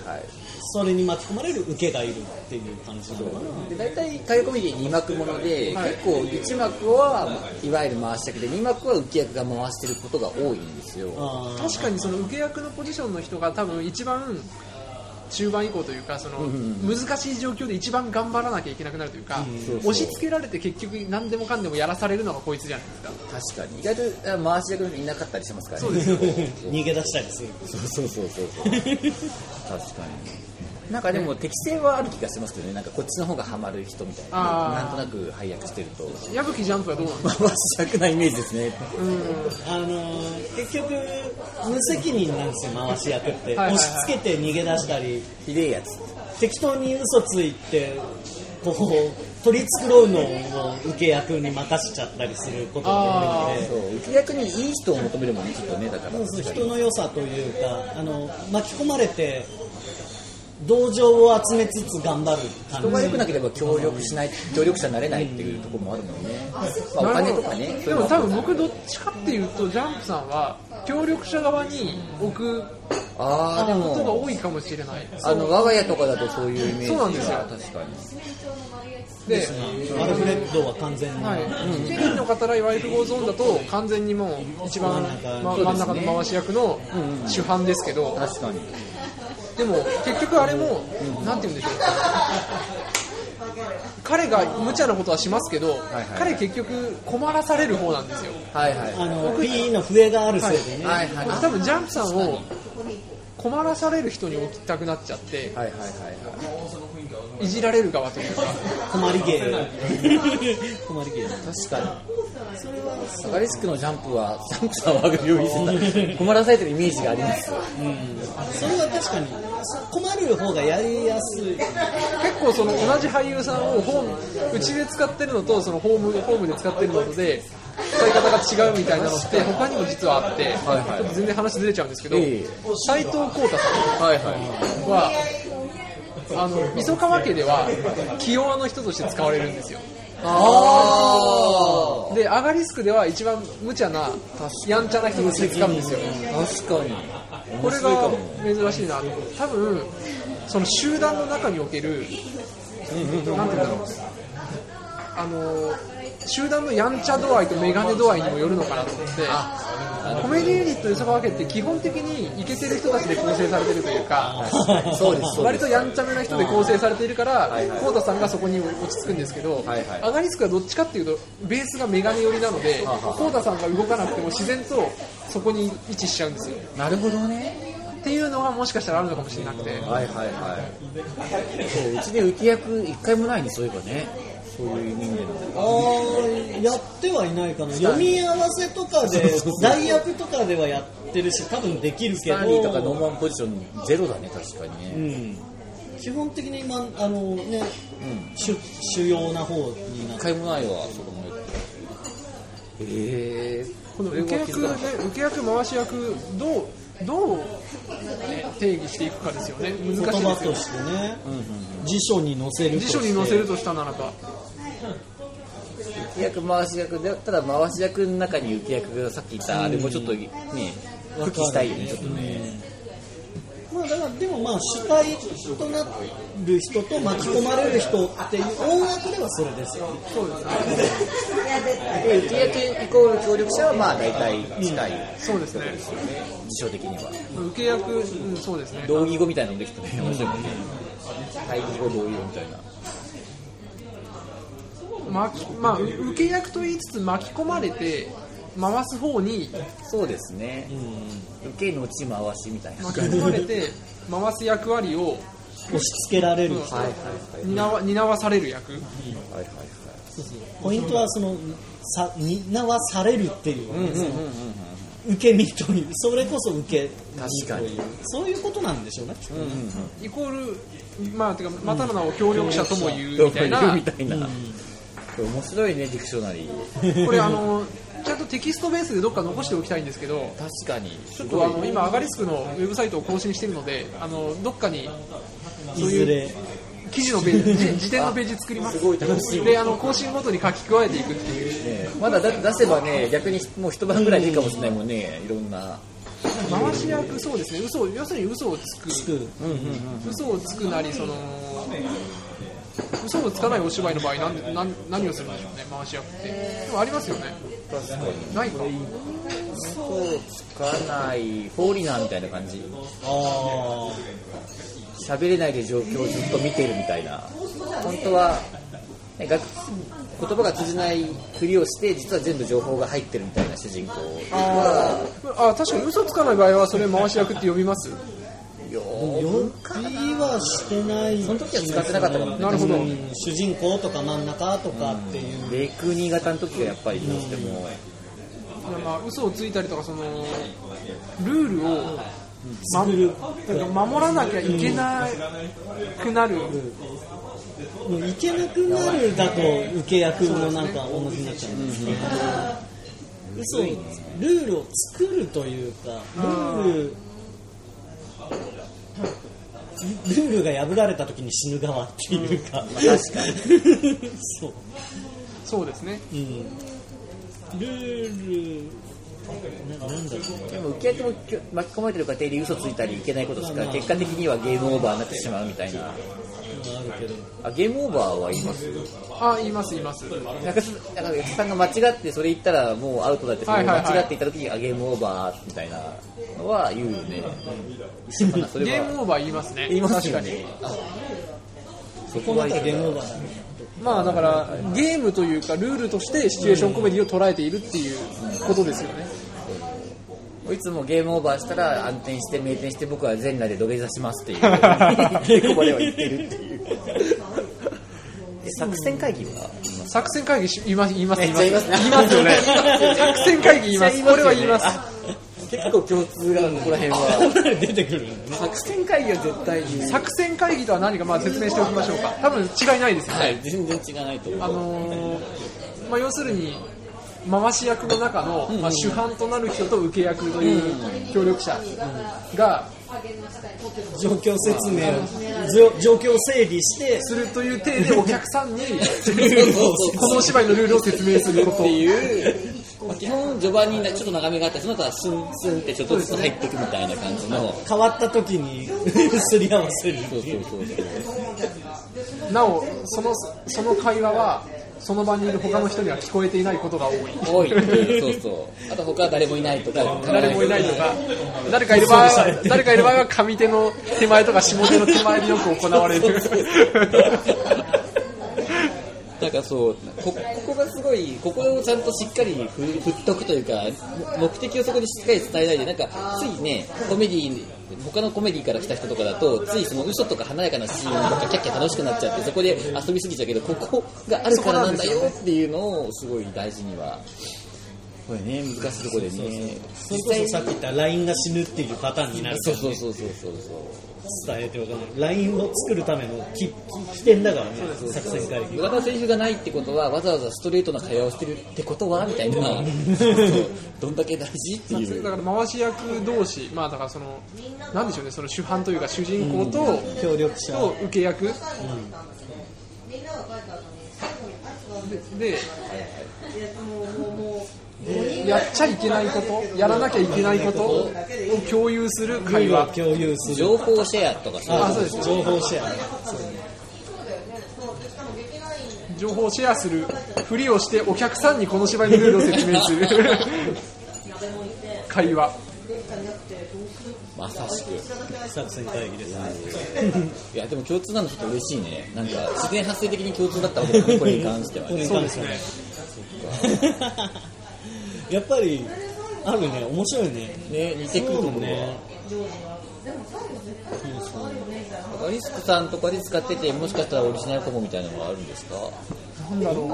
Speaker 3: それに巻き込まれる受けがいるっていう感じなのかな
Speaker 5: で大体タイコメディ2幕もので、
Speaker 4: はい
Speaker 5: 結構1幕はいわゆる回し役で2幕は受け役が回してることが多いんですよ
Speaker 3: あー
Speaker 4: 確かにその受け役のポジションの人が多分一番中盤以降というかその
Speaker 5: うんうん
Speaker 4: 難しい状況で一番頑張らなきゃいけなくなるというか
Speaker 5: そうそう
Speaker 4: 押し付けられて結局何でもかんでもやらされるのがこいつじゃないですか
Speaker 5: 確かに意外とあ回し役の人いなかったりしますからね
Speaker 4: そうですよ
Speaker 3: 逃げ出したりする
Speaker 5: そうそうそうそう確かになんかでも適性はある気がしますけどねなんかこっちの方がハマる人みたいな
Speaker 4: あー
Speaker 5: なんとなく配役してると
Speaker 4: 矢吹ジャンプはどうなんですか
Speaker 5: 回し役なイメージですね
Speaker 3: あのー結局無責任なんですよ回し役って
Speaker 4: いはいはい
Speaker 3: 押し付けて逃げ出したり
Speaker 5: ひでえやつ
Speaker 3: 適当に嘘ついてこう取り繕うのを受け役に任しちゃったりすることが多いので
Speaker 5: そう受け役にいい人を求めるもんねちょっとねだから
Speaker 3: そうそう人の良さというかあの巻き込まれて同情を集めつつ頑張る感じ
Speaker 5: 人が良くなければ協力しない協力者になれないっていうところもあるもんね、まあ、お金とかね
Speaker 4: でも多分僕どっちかっていうとジャンプさんは協力者側に置く
Speaker 5: ああで
Speaker 4: ことが
Speaker 5: も
Speaker 4: 多いかもしれない
Speaker 5: あの我が家とかだとそういうイメージ
Speaker 4: そうなんですよ
Speaker 5: 確かに
Speaker 4: で
Speaker 3: アルフレッドは完全に、
Speaker 4: はい、ケニーの語らいワイフゴーゾーンだと完全にもう一番、ま真ん中の回し役の主犯ですけど、
Speaker 5: 確かに
Speaker 4: でも結局あれも、なんて言うんでしょう彼が無茶なことはしますけど、
Speaker 5: はいはい
Speaker 4: 彼結局困らされる方なんですよ、
Speaker 5: はいはい
Speaker 3: あの B の笛があるせいでね、
Speaker 5: はいはい
Speaker 4: 多分ジャンプさんを困らされる人に置きたくなっちゃって
Speaker 5: はいはいはいはい
Speaker 4: いじられる側というか
Speaker 3: 困り芸困り芸
Speaker 5: 確かにサガリスクのジャンプはジャンプさんはあぐを見せた困らされてるイメージがあります
Speaker 3: それは確かにそ困る方がやりやすい
Speaker 4: 結結構その同じ俳優さんをホームうちで使ってるのとそのホームホームで使ってるのとで使い方が違うみたいなのって他にも実はあって、
Speaker 5: はい
Speaker 4: ちょっと全然話ずれちゃうんですけど、
Speaker 5: ええ
Speaker 4: 斉藤幸太さん
Speaker 5: はいはい
Speaker 4: は、あの、磯川家では、気弱の人として使われるんですよ。
Speaker 5: あ
Speaker 4: で、アガリスクでは一番無茶な、やんちゃな人として使うんですよ。
Speaker 5: 確かに
Speaker 4: こ
Speaker 5: 面
Speaker 4: れ
Speaker 5: 白いか
Speaker 4: が
Speaker 5: も
Speaker 4: 珍しいなと。多分、その集団の中における、なんて言うんだろう。あの、集団のやんちゃ度合いとメガネ度合いにもよるのかなと思って、コメディユニット磯川家って基本的にイケてる人たちで構成されてるというか、
Speaker 5: そうですそうで
Speaker 4: 割
Speaker 5: す
Speaker 4: とやんちゃめな人で構成されているから、コウタさんがそこに落ち着くんですけど、
Speaker 5: はいはい
Speaker 4: アガリスクはどっちかっていうと、ベースがメガネ寄りなので、コウタさんが動かなくても自然とそこに位置しちゃうんですよ。
Speaker 5: なるほどね
Speaker 4: っていうのはもしかしたらあるのかもしれなくて、
Speaker 5: はいはいはいそううちで浮き役一回もないねそういえばねそういう意味での
Speaker 3: あーやってはいないかな読み合わせとかで代役とかではやってるし多分できるけど
Speaker 5: ダニーとかノーマンポジションゼロだね確かに
Speaker 3: う
Speaker 5: ね
Speaker 3: ん基本的に今あのね
Speaker 5: うん
Speaker 3: 主主要な方になっ
Speaker 5: 一
Speaker 3: て
Speaker 5: 回もないわそう考えるとへえ
Speaker 4: この受け役、ね、受け役、回し役、どう、どう、ね定義していくかですよね、
Speaker 3: 言
Speaker 4: 難しいで
Speaker 3: 葉
Speaker 4: すよ
Speaker 3: と。してね、辞書に載せると
Speaker 4: 辞
Speaker 3: して
Speaker 4: 書に載せるとしたならば、
Speaker 5: 浮き役回し役でただ回し役の中に浮き役がさっき言ったあれもちょっとね復帰したいよねちょっとね
Speaker 3: まあだからでもまあ主体となる人と巻き込まれる人っていう音楽ではそれですよ
Speaker 5: 浮き役イコール協力者はまあ大体近い
Speaker 4: そうですね、
Speaker 5: 辞書的には
Speaker 4: 受け役、うん、そうですね。
Speaker 5: 同義語みたいなのできたね面白いもんね対義語同義語みたいな
Speaker 4: 巻きまあ、う受け役と言いつつ巻き込まれて回す方に
Speaker 5: そうですね受けのうち回しみたいな
Speaker 4: 巻き込まれて回す役割を
Speaker 3: 押し付けられる人
Speaker 5: はいはい
Speaker 4: 担わ担わされる役
Speaker 5: はいはいはい
Speaker 3: ポイントはそのさ担わされるっていう,、受け身というそれこそ受け身と
Speaker 5: 確
Speaker 3: い
Speaker 5: か
Speaker 3: う
Speaker 5: に
Speaker 3: そういうことなんでしょうね、
Speaker 4: イコール、まあ、てかまたの名を協力者とも言う
Speaker 5: 同
Speaker 4: みたい
Speaker 5: 義
Speaker 4: な
Speaker 5: 語みたいな面白いねディクショナリー
Speaker 4: これあのちゃんとテキストベースでどっか残しておきたいんですけど
Speaker 5: 確かに
Speaker 4: ちょっとあの今アガリスクのウェブサイトを更新してるのであのどっかに
Speaker 3: いずれ
Speaker 4: 記事のペー ジじ辞典のページ作りますであの更新ごとに書き加えていくっていう
Speaker 5: ねまだだ出せばね逆にもう一晩ぐらいでいいかもしれないもんねいろんな
Speaker 4: 回し役そうですね嘘を要するに嘘をつく
Speaker 3: つく
Speaker 4: 嘘をつくなりその嘘をつかないお芝居の場合なんでなん何をするんでしょうね回し役ってでもありますよね
Speaker 5: 確かに
Speaker 4: ないか
Speaker 5: そうつかないフォーリナーみたいな感じ
Speaker 3: あ
Speaker 5: 喋れないで状況をずっと見てるみたいな本当はね学言葉が通じないふりをして実は全部情報が入ってるみたいな主人公
Speaker 4: ああ確かに嘘つかない場合はそれ回し役って呼びます
Speaker 5: よ
Speaker 3: あ
Speaker 5: ー
Speaker 3: よくはしてない
Speaker 5: その時は使ってなかったかもね
Speaker 4: なるほど
Speaker 3: うん主人公とか真ん中とかっていう、
Speaker 5: レイク新潟の時がやっぱりどうしても
Speaker 4: まあ嘘をついたりとかそのルールをま
Speaker 3: 作る
Speaker 4: なんか守らなきゃいけなくなる
Speaker 3: もういけなくなるだと受け役もなんか同じになっちゃうんですけど、嘘をルールを作るというかルールルールが破られた時に死ぬ側っていうか、確かに そう、
Speaker 4: そうですね
Speaker 3: うん、ルールななんだろう
Speaker 5: でも受け手も巻き込まれてる過程で嘘ついたりいけないことするから結果的にはゲームオーバーになってしまうみたいな
Speaker 3: のがあるけど
Speaker 5: あゲームオーバーは言います
Speaker 4: あ言います言います
Speaker 5: 中津なんか吉さんが間違ってそれ言ったらもうアウトだってそれ
Speaker 4: はいはいはい
Speaker 5: 間違って言った時にあゲームオーバーみたいなのは言うよね一緒かなそ
Speaker 4: ゲ
Speaker 5: れ
Speaker 4: ーム
Speaker 5: は
Speaker 4: オーバー言いますね
Speaker 5: 言います
Speaker 4: 確
Speaker 5: よ
Speaker 4: か
Speaker 5: ね
Speaker 4: に
Speaker 3: こ
Speaker 5: そこ
Speaker 3: の
Speaker 5: は
Speaker 3: 辺
Speaker 5: 言
Speaker 3: はゲームオ
Speaker 5: う
Speaker 3: ーバーだね
Speaker 4: まあだからゲームというかルールとしてシチュエーションコメディを捉えているっていうことですよね
Speaker 5: いつもゲームオーバーしたら暗転して明転して僕は全裸で土下座しますっていう稽古場では言ってるっていうえ作戦会議は
Speaker 4: 作戦会議し言います言います
Speaker 5: めっちゃ言いますね
Speaker 4: 言いますよね作戦会議言いますこれは言います
Speaker 5: あ結構共通がここら辺
Speaker 3: こん
Speaker 5: は
Speaker 3: なに出てくるんだね。
Speaker 5: 作戦会議は絶対に
Speaker 4: 作戦会議とは何かまあ説明しておきましょうか多分違いないですよね、
Speaker 5: はい全然違わないと思う
Speaker 4: あのーまあ、要するに回し役の中の、まあ、主犯となる人と受け役という協力者が
Speaker 3: 状況説明を、ぞ状況を整理して、
Speaker 4: するという体でお客さ んに
Speaker 5: そうそうそう
Speaker 4: このお芝居のルールを説明すること
Speaker 5: っていう、まあ基本序盤にちょっと長めがあって、その後はスンスンってちょっとずつ入っていくみたいな感じの。
Speaker 3: 変わった時に すり合わせる。
Speaker 5: そうそうそうそう。
Speaker 4: なおそのその会話はその場にいる他の人には聞こえていないことが多い
Speaker 5: 多いっていう、そうそう。あと他は 誰もいないとか、
Speaker 4: 誰もいないと か、誰かいる場合は、誰かいる場合は上手の手前とか下手の手前でよく行われ る。
Speaker 5: だからそう、こここがすごい、ここをちゃんとしっかり振振っとくというか、目的をそこにしっかり伝えないで、なんか、ついね、コメディ他のコメディから来た人とかだと、ついその嘘とか華やかなシーンとか、キャッキャ楽しくなっちゃって、そこで遊びすぎちゃうけど、ここがあるからなんだよっていうのを、すごい大事には。これね、難しいところでね。
Speaker 3: それこそさっき言った LINE が死ぬっていうパターンになるか
Speaker 5: そう
Speaker 3: ら、
Speaker 5: そう
Speaker 3: ね、
Speaker 5: そうそうそうそう。
Speaker 3: 伝えておかない。LINE を作るためのき起点だからね、作戦会議
Speaker 5: 無駄なセリフがないってことは、わざわざストレートな会話をしてるってことはみたいな、そうどんだけ大事っていう
Speaker 4: だ。から回し役同士、まあだからその、なんでしょうね、その主犯というか主人公と、
Speaker 3: 協力者。
Speaker 4: と受け役、ででやっちゃいけないこと、やらなきゃいけないことを共有する会
Speaker 3: 会話
Speaker 4: 話
Speaker 3: を。共有する。
Speaker 5: 情報シェアとかさ、
Speaker 4: あそうです
Speaker 3: 情報シェアね。
Speaker 4: 情報をシェアするふりをしてお客さんにこの芝居のルールを説明する会話
Speaker 5: まさしく。
Speaker 3: 作戦会議ですね。
Speaker 5: いや、でも共通なのちょっと嬉しいね。なんか、自然発生的に共通だったわけだね、これに関してはね。
Speaker 4: そうですね
Speaker 3: やっぱり、あるね、面白いね。
Speaker 5: ね、似てくるところは。
Speaker 3: ね。
Speaker 5: アリスクさんとかで使ってて、もしかしたらオリジナルコボみたいなのがあるんですか
Speaker 4: なんだろう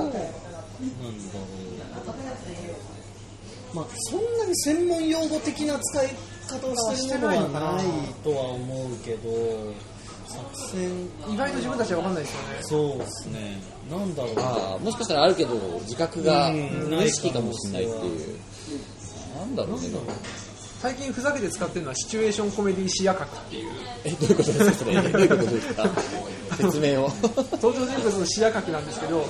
Speaker 3: まあ、そんなに専門用語的な使い方をしてるものはないとは思うけど、作戦、
Speaker 4: 意外と自分たちは分かんないですよ
Speaker 3: そ
Speaker 4: ね
Speaker 3: うですね。なんだろうな。
Speaker 5: ああ、もしかしたらあるけど、自覚が、
Speaker 3: うん
Speaker 5: 無意識かもしれないっていう。なんだろうね、
Speaker 4: 最近ふざけて使ってるのはシチュエーションコメディ視野角っていう
Speaker 5: え、どういうことですか、それ。どういうことですか。説明 を。
Speaker 4: 登場人物の視野角なんですけど
Speaker 5: うん。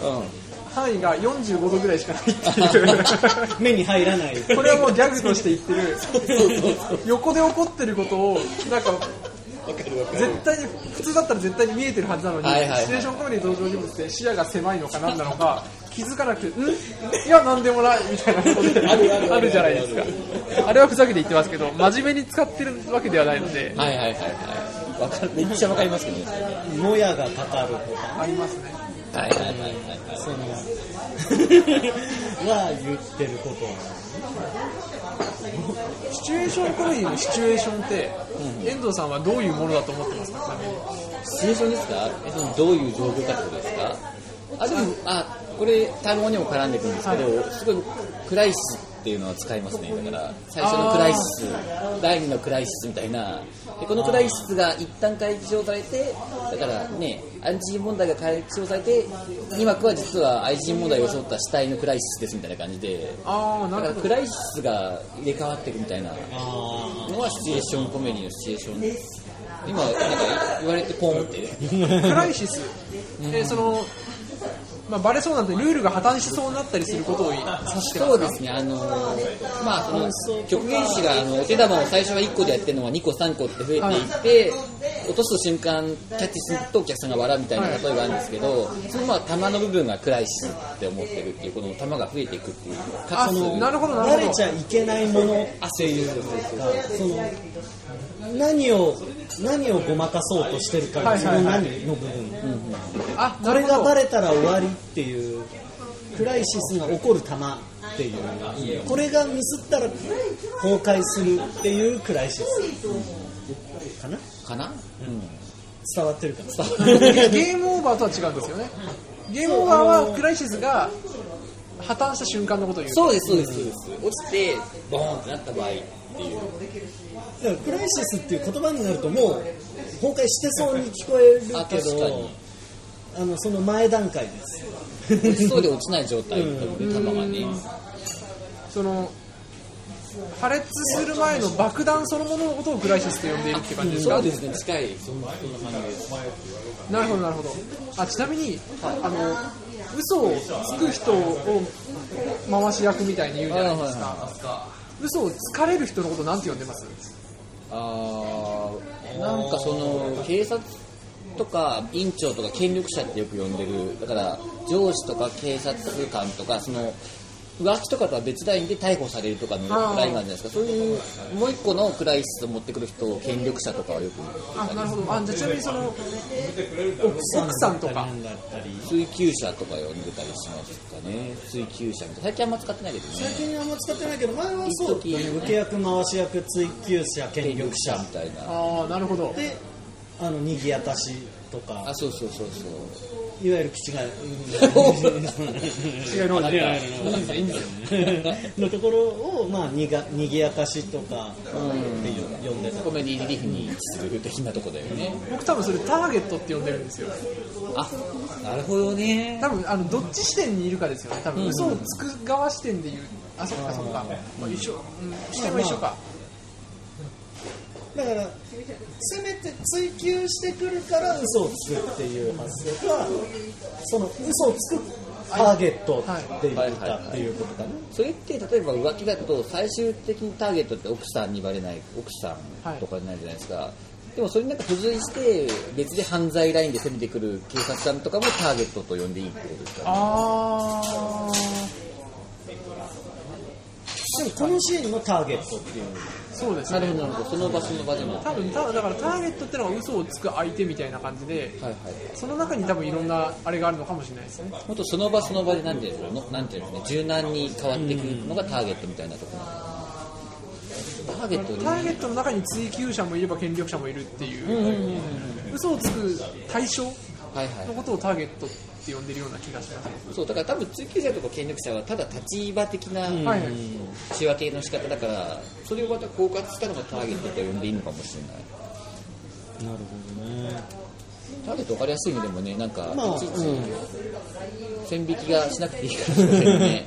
Speaker 4: 範囲が45度ぐらいしかないっていう
Speaker 3: 目に入らない。
Speaker 4: これはもうギャグとして言ってる横で起こってることをなんか絶対に普通だったら絶対に見えてるはずなのに、
Speaker 5: はいはいはい
Speaker 4: シチュエーションコメディ登場人物って視野が狭いのか何なのか気づかなくて「んいや何でもない」みたいなことであるじゃないですかあれはふざけて言ってますけど真面目に使ってるわけではないので
Speaker 5: はいはいはいはい。わかる、めっちゃわかりますけどね。はい
Speaker 3: もやがかかるとか、
Speaker 4: ありますね
Speaker 5: はいはいはいはい。
Speaker 3: その、 は言ってることは。
Speaker 4: シチュエーションコメディのシチュエーションって、遠藤さんはどういうものだと思ってますかちなみに
Speaker 5: シチュエーションですかえそのどういう状況かってことですかあ、でも、あ、これ、単語にも絡んでくるんですけど、すごい、クライシスっていうのは使いますね。だから、最初のクライシス、第二のクライシスみたいな。で、このクライシスが一旦解消されて、だからね、愛人問題が解消されて、2幕は実は愛人問題を襲った死体のクライシスですみたいな感じで、
Speaker 4: ああな
Speaker 5: だ
Speaker 4: る
Speaker 5: から
Speaker 4: ほ
Speaker 5: ク
Speaker 4: ど
Speaker 5: ライシスが入れ替わっていくみたいな
Speaker 3: あ
Speaker 5: のはシチュエーションコメディのシチュエーションです今なんか言われてポンって
Speaker 4: クライシス、えーそのまあ、バレそうなんでルールが破綻しそうになったりすることを指してます
Speaker 5: そうですねあのーまあその極限子があのお手玉を最初は1個でやってるのが2個3個って増えていって、落とす瞬間キャッチするとお客さんが笑うみたいな例えがあるんですけど、そのまあ玉の部分がクライシスって思ってるっていうこの玉が増えていくっていう
Speaker 4: あ
Speaker 5: その
Speaker 4: なるほどな
Speaker 3: あ。慣
Speaker 4: る
Speaker 3: れ
Speaker 4: ほ
Speaker 3: ち
Speaker 4: ど
Speaker 3: ゃいけないもの
Speaker 5: あそういう
Speaker 3: がその何を何をごまかそうとしてるか
Speaker 4: はい
Speaker 3: 自
Speaker 4: はい
Speaker 3: 分
Speaker 4: はい
Speaker 3: 何の部分
Speaker 4: あ
Speaker 3: こ
Speaker 4: なる
Speaker 3: れ
Speaker 4: ほ
Speaker 3: が
Speaker 4: ど
Speaker 3: バレたら終わりっていうクライシスが起こる玉っていうこれがミスったら崩壊するっていうクライシスかな
Speaker 5: かな、
Speaker 3: 伝わってるかな
Speaker 4: ゲームオーバーとは違うんですよね。ゲームオーバーはクライシスが破綻した瞬間のことを言う。
Speaker 5: そうですそうですそうです落ちてボーンってなった場合っていう
Speaker 3: だからクライシスっていう言葉になるともう崩壊してそうに聞こえる
Speaker 5: あ
Speaker 3: け
Speaker 5: 確か
Speaker 3: ど
Speaker 5: に
Speaker 3: あのその前段階です
Speaker 5: 落ちそうで落ちない状態だもんね、
Speaker 4: うん
Speaker 5: 球がね。
Speaker 4: その破裂する前の爆弾そのもののことをクライシスと呼んでいるって感じですか、
Speaker 5: そうですね、近い、そんな感じです。
Speaker 4: なるほどなるほどあちなみに、あの嘘をつく人を回し役みたいに言うじゃないですか、
Speaker 5: はい
Speaker 4: 嘘をつかれる人のことなんて呼んでます
Speaker 5: あーなんかその、警察とか、院長とか、権力者ってよく呼んでる、だから、上司とか警察官とか、その、浮気とかとは別ラインで逮捕されるとかの
Speaker 4: あー
Speaker 5: ラインがあるじゃないですか、そういう、もう一個のクライシスを持ってくる人を、権力者とかはよく、
Speaker 4: あなるほどあじゃあちなみにその奥奥さんとか
Speaker 5: 追求者とか呼んでたりしますかね、追求者みたいな、最近あんま使ってないけどね。
Speaker 3: 最近あんま使ってないけど前はそう
Speaker 5: 一時
Speaker 3: 受け役回し役追求者権力者
Speaker 5: みたいな。
Speaker 4: ああなるほど
Speaker 3: であのにぎやたしとか
Speaker 5: あ、そうそうそうそう。
Speaker 3: いわゆる気違い
Speaker 4: 違いの方でいいんですよいいんですよ
Speaker 3: のところを、まあ、にがにぎやかしとかっていう呼んでた
Speaker 5: コメディリーフに位置する的なとこだよね。
Speaker 4: 僕多分それターゲットって呼んでるんですよ
Speaker 5: あ、なるほどね。
Speaker 4: 多分あのどっち視点にいるかですよね多分嘘をつく側視点で言うあそっかそっか、まあ、一緒、うん、視点は一緒か、
Speaker 3: だからせめて追求してくるから嘘をつくっていう発想がその嘘をつくターゲットって言ったっていうことかな
Speaker 5: それって例えば浮気だと最終的にターゲットって奥さんにバレない奥さんとかになるじゃないですか、でもそれになんか付随して別で犯罪ラインで攻めてくる警察官とかもターゲットと呼んでいいってことですかね
Speaker 4: ああ
Speaker 3: でもこのシーンのターゲットっていう
Speaker 4: そうです
Speaker 5: な
Speaker 4: ね
Speaker 5: るほどなるほどその場所の場でもはい
Speaker 4: 多分ただからターゲットってのは嘘をつく相手みたいな感じで
Speaker 5: はい
Speaker 4: その中に多分いろんなあれがあるのかもしれないですね
Speaker 5: もっとその場その場でなんていうんですかのなんていうんですかね柔軟に変わっていくのがターゲットみたいなところなのかなターゲットで
Speaker 4: ターゲットの中に追求者もいれば権力者もいるっていう嘘をつく対象
Speaker 5: はいはい
Speaker 4: のことをターゲットって呼んでるような気がします
Speaker 5: そうだから多分追求者とか権力者はただ立場的な
Speaker 4: はいはい
Speaker 5: 仕分けの仕方だからそれをまた包括したのがターゲットと呼んでいいのかもしれない
Speaker 3: なるほどね
Speaker 5: ターゲット分かりやすいのでもねなんか
Speaker 3: まあ
Speaker 5: いちいち線引きがしなくていいかもしれな いね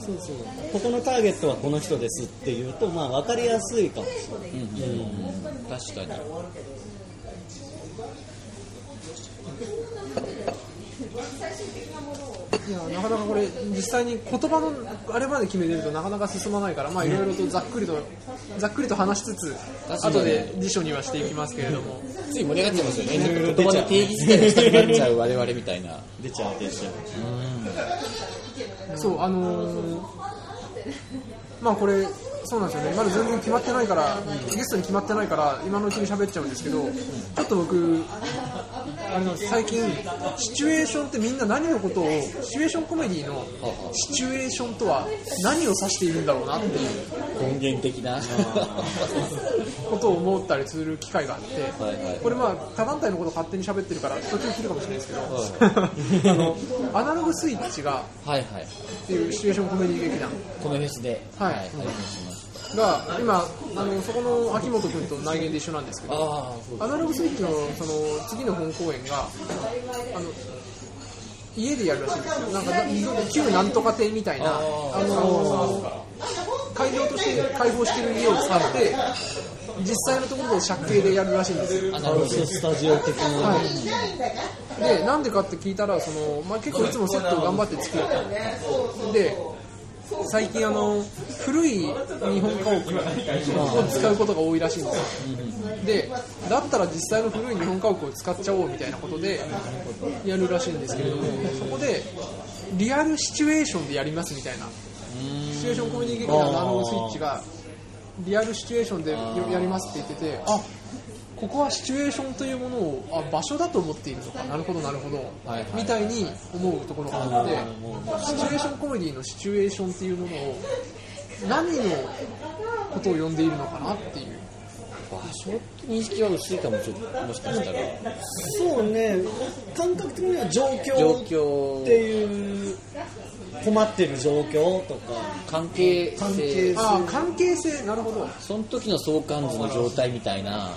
Speaker 3: そうそうここのターゲットはこの人ですっていうとまあ分かりやすいかもしれない
Speaker 5: 確かに
Speaker 4: いやなかなかこれ実際に言葉のあれまで決めてるとなかなか進まないからまあいろいろとざっくりとざっくりと話しつつ
Speaker 5: 確かに
Speaker 4: 後で辞書にはしていきますけれども
Speaker 5: つい盛り上がっちゃいますよね
Speaker 3: いろいろ
Speaker 5: 言
Speaker 3: 出
Speaker 5: 葉
Speaker 3: ちゃ
Speaker 5: の
Speaker 3: う
Speaker 5: 定義自体がしたくなっちゃう我々みた いな
Speaker 3: 出ちゃう出ちゃう
Speaker 4: そうあのーまあこれそうなんですよねまだ全然決まってないから、ゲストに決まってないから今のうちに喋っちゃうんですけど、ちょっと僕あの最近シチュエーションってみんな何のことをシチュエーションコメディの
Speaker 5: はあ
Speaker 4: シチュエーションとは何を指しているんだろうなっていう
Speaker 5: 根源的 な
Speaker 4: ことを思ったりする機会があって、
Speaker 5: はいはい
Speaker 4: これまあ他団体のこと勝手に喋ってるから途中切るかもしれないですけど、 あのアナログスイッチが
Speaker 5: はいはい
Speaker 4: っていうシチュエーションコメディ劇団
Speaker 5: このフェスで
Speaker 4: はい
Speaker 5: はい、拝見しました
Speaker 4: が今あのそこの秋元君と内見で一緒なんですけど
Speaker 5: ああそ
Speaker 4: ア
Speaker 5: う
Speaker 4: ナログスイッチのその次の本公演があの家でやるらしいんですよなんかな旧なんとか亭みたいなあの会場として開放してる家を使って実際のところで借景でやるらしいんですよ
Speaker 5: アナ
Speaker 3: ハ
Speaker 5: ログ
Speaker 3: ウススタジオ的な、
Speaker 4: はい、でなんでかって聞いたらその、まあ、結構いつもセットを頑張って作るで最近あの古い日本家屋を使うことが多いらしいんですよでだったら実際の古い日本家屋を使っちゃおうみたいなことでやるらしいんですけれどもそこでリアルシチュエーションでやりますみたいなシチュエーションコメディ劇団のアナログスイッチがリアルシチュエーションでやりますって言っててあここはシチュエーションというものをあ場所だと思っているのかなるほどなるほど、
Speaker 5: はいはい
Speaker 4: みたいに思うところがあってシチュエーションコメディのシチュエーションというものを何のことを呼んでいるのかなっていう
Speaker 5: 場所って認識は薄いかもちょっともしかしたら
Speaker 3: そうね感覚的には状
Speaker 5: 状
Speaker 3: 況
Speaker 5: 況
Speaker 3: っていう困ってる状況とか
Speaker 5: 関係
Speaker 3: 関
Speaker 5: 性
Speaker 3: 係
Speaker 4: ああ関係性なるほど
Speaker 5: その時の相関図の状態みたいな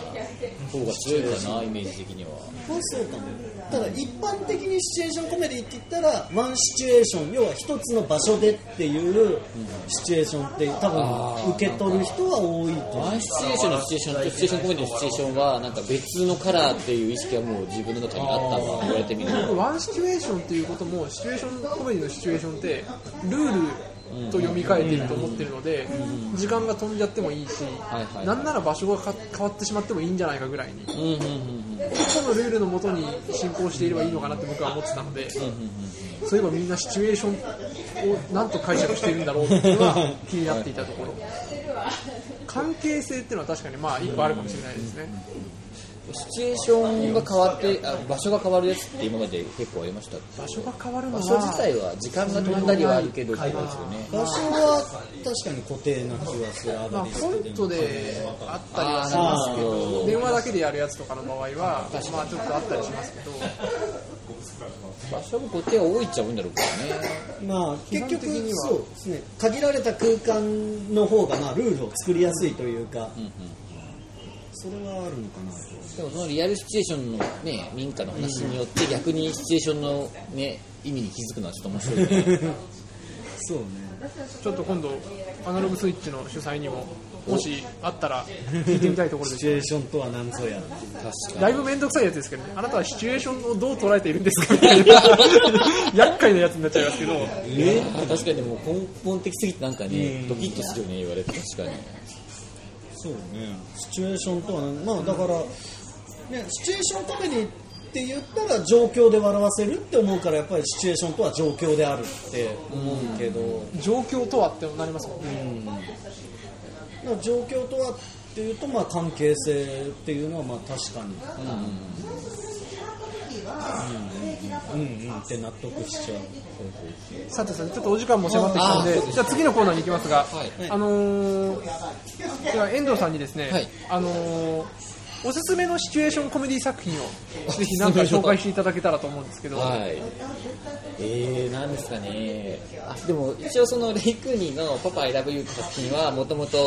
Speaker 5: 方が強いかなイメージ的には
Speaker 3: そうそうかもただ一般的にシチュエーションコメディって言ったらワンシチュエーション要は一つの場所でっていうシチュエーションって多分受け取る人は多いと思う
Speaker 5: ワンシチュエーションのシチュエーションとシチュエーションコメディのシチュエーションはなんか別のカラーっていう意識はもう自分の中にあったんだ言われてみると
Speaker 4: ワンシチュエーションっていうこともシチュエーションコメディのシチュエーションってルールと読み替えてると思ってるので時間が飛んじゃってもいいし
Speaker 5: はいはい
Speaker 4: なんなら場所がか変わってしまってもいいんじゃないかぐらいに
Speaker 5: うんうんうんうん
Speaker 4: 個々のルールのもとに進行していればいいのかなって僕は思ってたのでそういえばみんなシチュエーションをなんと解釈しているんだろうっていうのは気になっていたところ関係性っていうのは確かにまあ一個あるかもしれないですね
Speaker 5: シチュエーションが変わってあ場所が変わるやつって今まで結構ありました
Speaker 4: 場所が変わるの
Speaker 5: 場
Speaker 4: は
Speaker 5: 所自体は時間が飛んだりはあるけどってことですよね
Speaker 3: 場所は確かに固定な気はするア
Speaker 4: ま
Speaker 3: ド
Speaker 4: あ、
Speaker 3: レス
Speaker 4: コントであったりはしますけど、電話だけでやるやつとかの場合は、まあ、ちょっとあったりしますけど、
Speaker 5: 場所も固定は多いっちゃ多いんだろうけどね
Speaker 3: まあ結
Speaker 4: 基本
Speaker 3: 局
Speaker 4: 的には
Speaker 3: そうですね限られた空間の方がまあルールを作りやすいというか
Speaker 5: うんうん
Speaker 3: それはあるのかなと
Speaker 5: でもそのリアルシチュエーションのね民家の話によって逆にシチュエーションのね意味に気づくのはちょっと面白いよね
Speaker 3: そうね
Speaker 4: ちょっと今度、アナログスイッチの主催にも、もしあったら聞いてみたいところ
Speaker 3: シ
Speaker 4: で
Speaker 3: チ
Speaker 4: す。
Speaker 3: ュエーションとは何ぞや
Speaker 5: 確か
Speaker 4: だいぶ面倒くさいやつですけどね、あなたはシチュエーションをどう捉えているんですかみ たいな、厄介なやつになっちゃいますけど、
Speaker 5: にえ確かにでも根本的すぎてなんかねドキッとするよね言われて確かに
Speaker 3: そうねシチュエーションとは何まあだから、ね、シチュエーションコメディって言ったら状況で笑わせるって思うからやっぱりシチュエーションとは状況であるって思うけど、
Speaker 4: 状況とはってなりますもんね、
Speaker 3: まあ状況とはっていうとまあ関係性っていうのはまあ確かにうんうんうんうんって納得しちゃう
Speaker 4: さてさて、ちょっとお時間も迫ってきたので、じゃあ次のコーナーに行きますが、
Speaker 5: はい
Speaker 4: あのー、では遠藤さんにですね、
Speaker 5: はい
Speaker 4: あのーおすすめのシチュエーションコメディ作品をぜひなんか紹介していただけたらと思うんですけど、
Speaker 5: はいえー、なんですかねあでも一応そのレイクーニーの「パパ I love you」って作品はもともと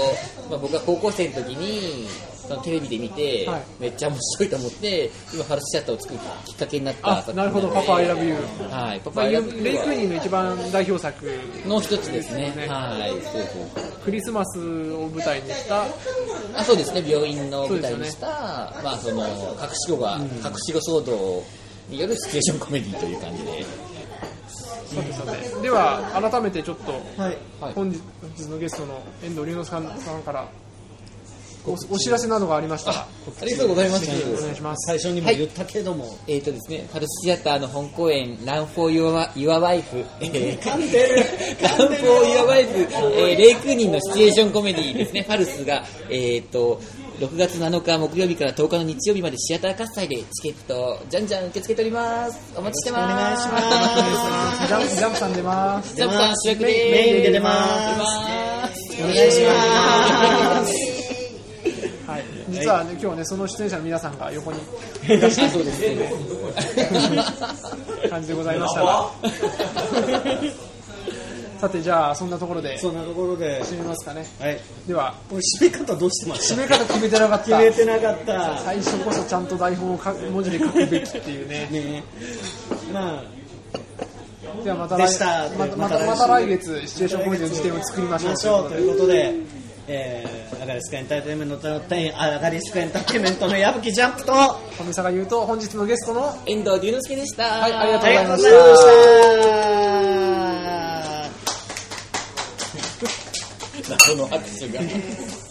Speaker 5: 僕が高校生の時にそのテレビで見て、
Speaker 4: はい
Speaker 5: めっちゃ面白いと思って今ハルシアターを作るきっかけになった
Speaker 4: あ
Speaker 5: 作品
Speaker 4: なるほど、
Speaker 5: の
Speaker 4: パ
Speaker 5: で
Speaker 4: パ I love you。
Speaker 5: はい、パ
Speaker 4: ま
Speaker 5: パ
Speaker 4: あ、
Speaker 5: イ
Speaker 4: レ
Speaker 5: ラ
Speaker 4: イ
Speaker 5: ブ
Speaker 4: ク
Speaker 5: ユ
Speaker 4: ーニーの一番代表作、
Speaker 5: の一つですね。
Speaker 4: ね
Speaker 5: はい、そうそう。
Speaker 4: クリスマスを舞台にした、
Speaker 5: あ、そうですね。病院の舞台にした、まあその隠し子が、隠し子騒動によるシチュエーションコメディという感じで。
Speaker 4: さてさて、では改めてちょっと、
Speaker 3: はい
Speaker 5: はい
Speaker 4: 本日のゲストの遠藤龍之介さんからおお知らせなどがありましたら、
Speaker 5: ありがとうございます。
Speaker 4: お願いします。
Speaker 3: 最初にも言ったけども、
Speaker 5: えーとですね、パルスシアターの本公演、Run for Your, Your Wife。えー
Speaker 3: 噛んでる
Speaker 5: ランフォー・ヤバイズ、えーレイクーニンのシチュエーションコメディですね、ファルスが、えー、と6月7日木曜日から10日の日曜日までシアター喝采でチケット、じゃんじゃん受け付けております。お待ちしてます。
Speaker 3: よろしくお願いしま
Speaker 4: ジャンプジャンプさん出ます。
Speaker 5: ジャンプさん主役で
Speaker 3: メインで出ます
Speaker 5: す。
Speaker 3: お願いします
Speaker 4: はい、実は、ね、今日ね、その出演者の皆さんが横に
Speaker 5: 出ます。そうですね。
Speaker 4: 感じでございましたが、 さて、じゃあ、そんなところ で
Speaker 3: そんなところで
Speaker 4: 締めますかね。
Speaker 3: はい
Speaker 4: では、
Speaker 3: これ締め方どうしてまし
Speaker 4: 締
Speaker 3: た
Speaker 4: め方決めてなかっ
Speaker 3: 決
Speaker 4: た。
Speaker 3: めてなかった
Speaker 4: 最初こそちゃんと台本をか文字で書くべきっていうね。
Speaker 3: ねまあ
Speaker 4: ではまた
Speaker 3: で
Speaker 4: 来
Speaker 3: した
Speaker 4: また
Speaker 3: ま
Speaker 4: ま
Speaker 3: た来
Speaker 4: た
Speaker 3: 週
Speaker 4: また来月、シチュエーションコメディの時点を作りましょうということ
Speaker 3: と
Speaker 4: で。
Speaker 3: いうことで、えー、アガリスクエンターテインメントの、アガリスクエンターテインメントの矢吹ジャンプと、あ
Speaker 4: 富坂優と本日のゲストの
Speaker 5: 遠藤龍之介でした。
Speaker 4: はいありがとうございま
Speaker 3: り
Speaker 4: す
Speaker 3: がとうございました。
Speaker 5: この拍手が。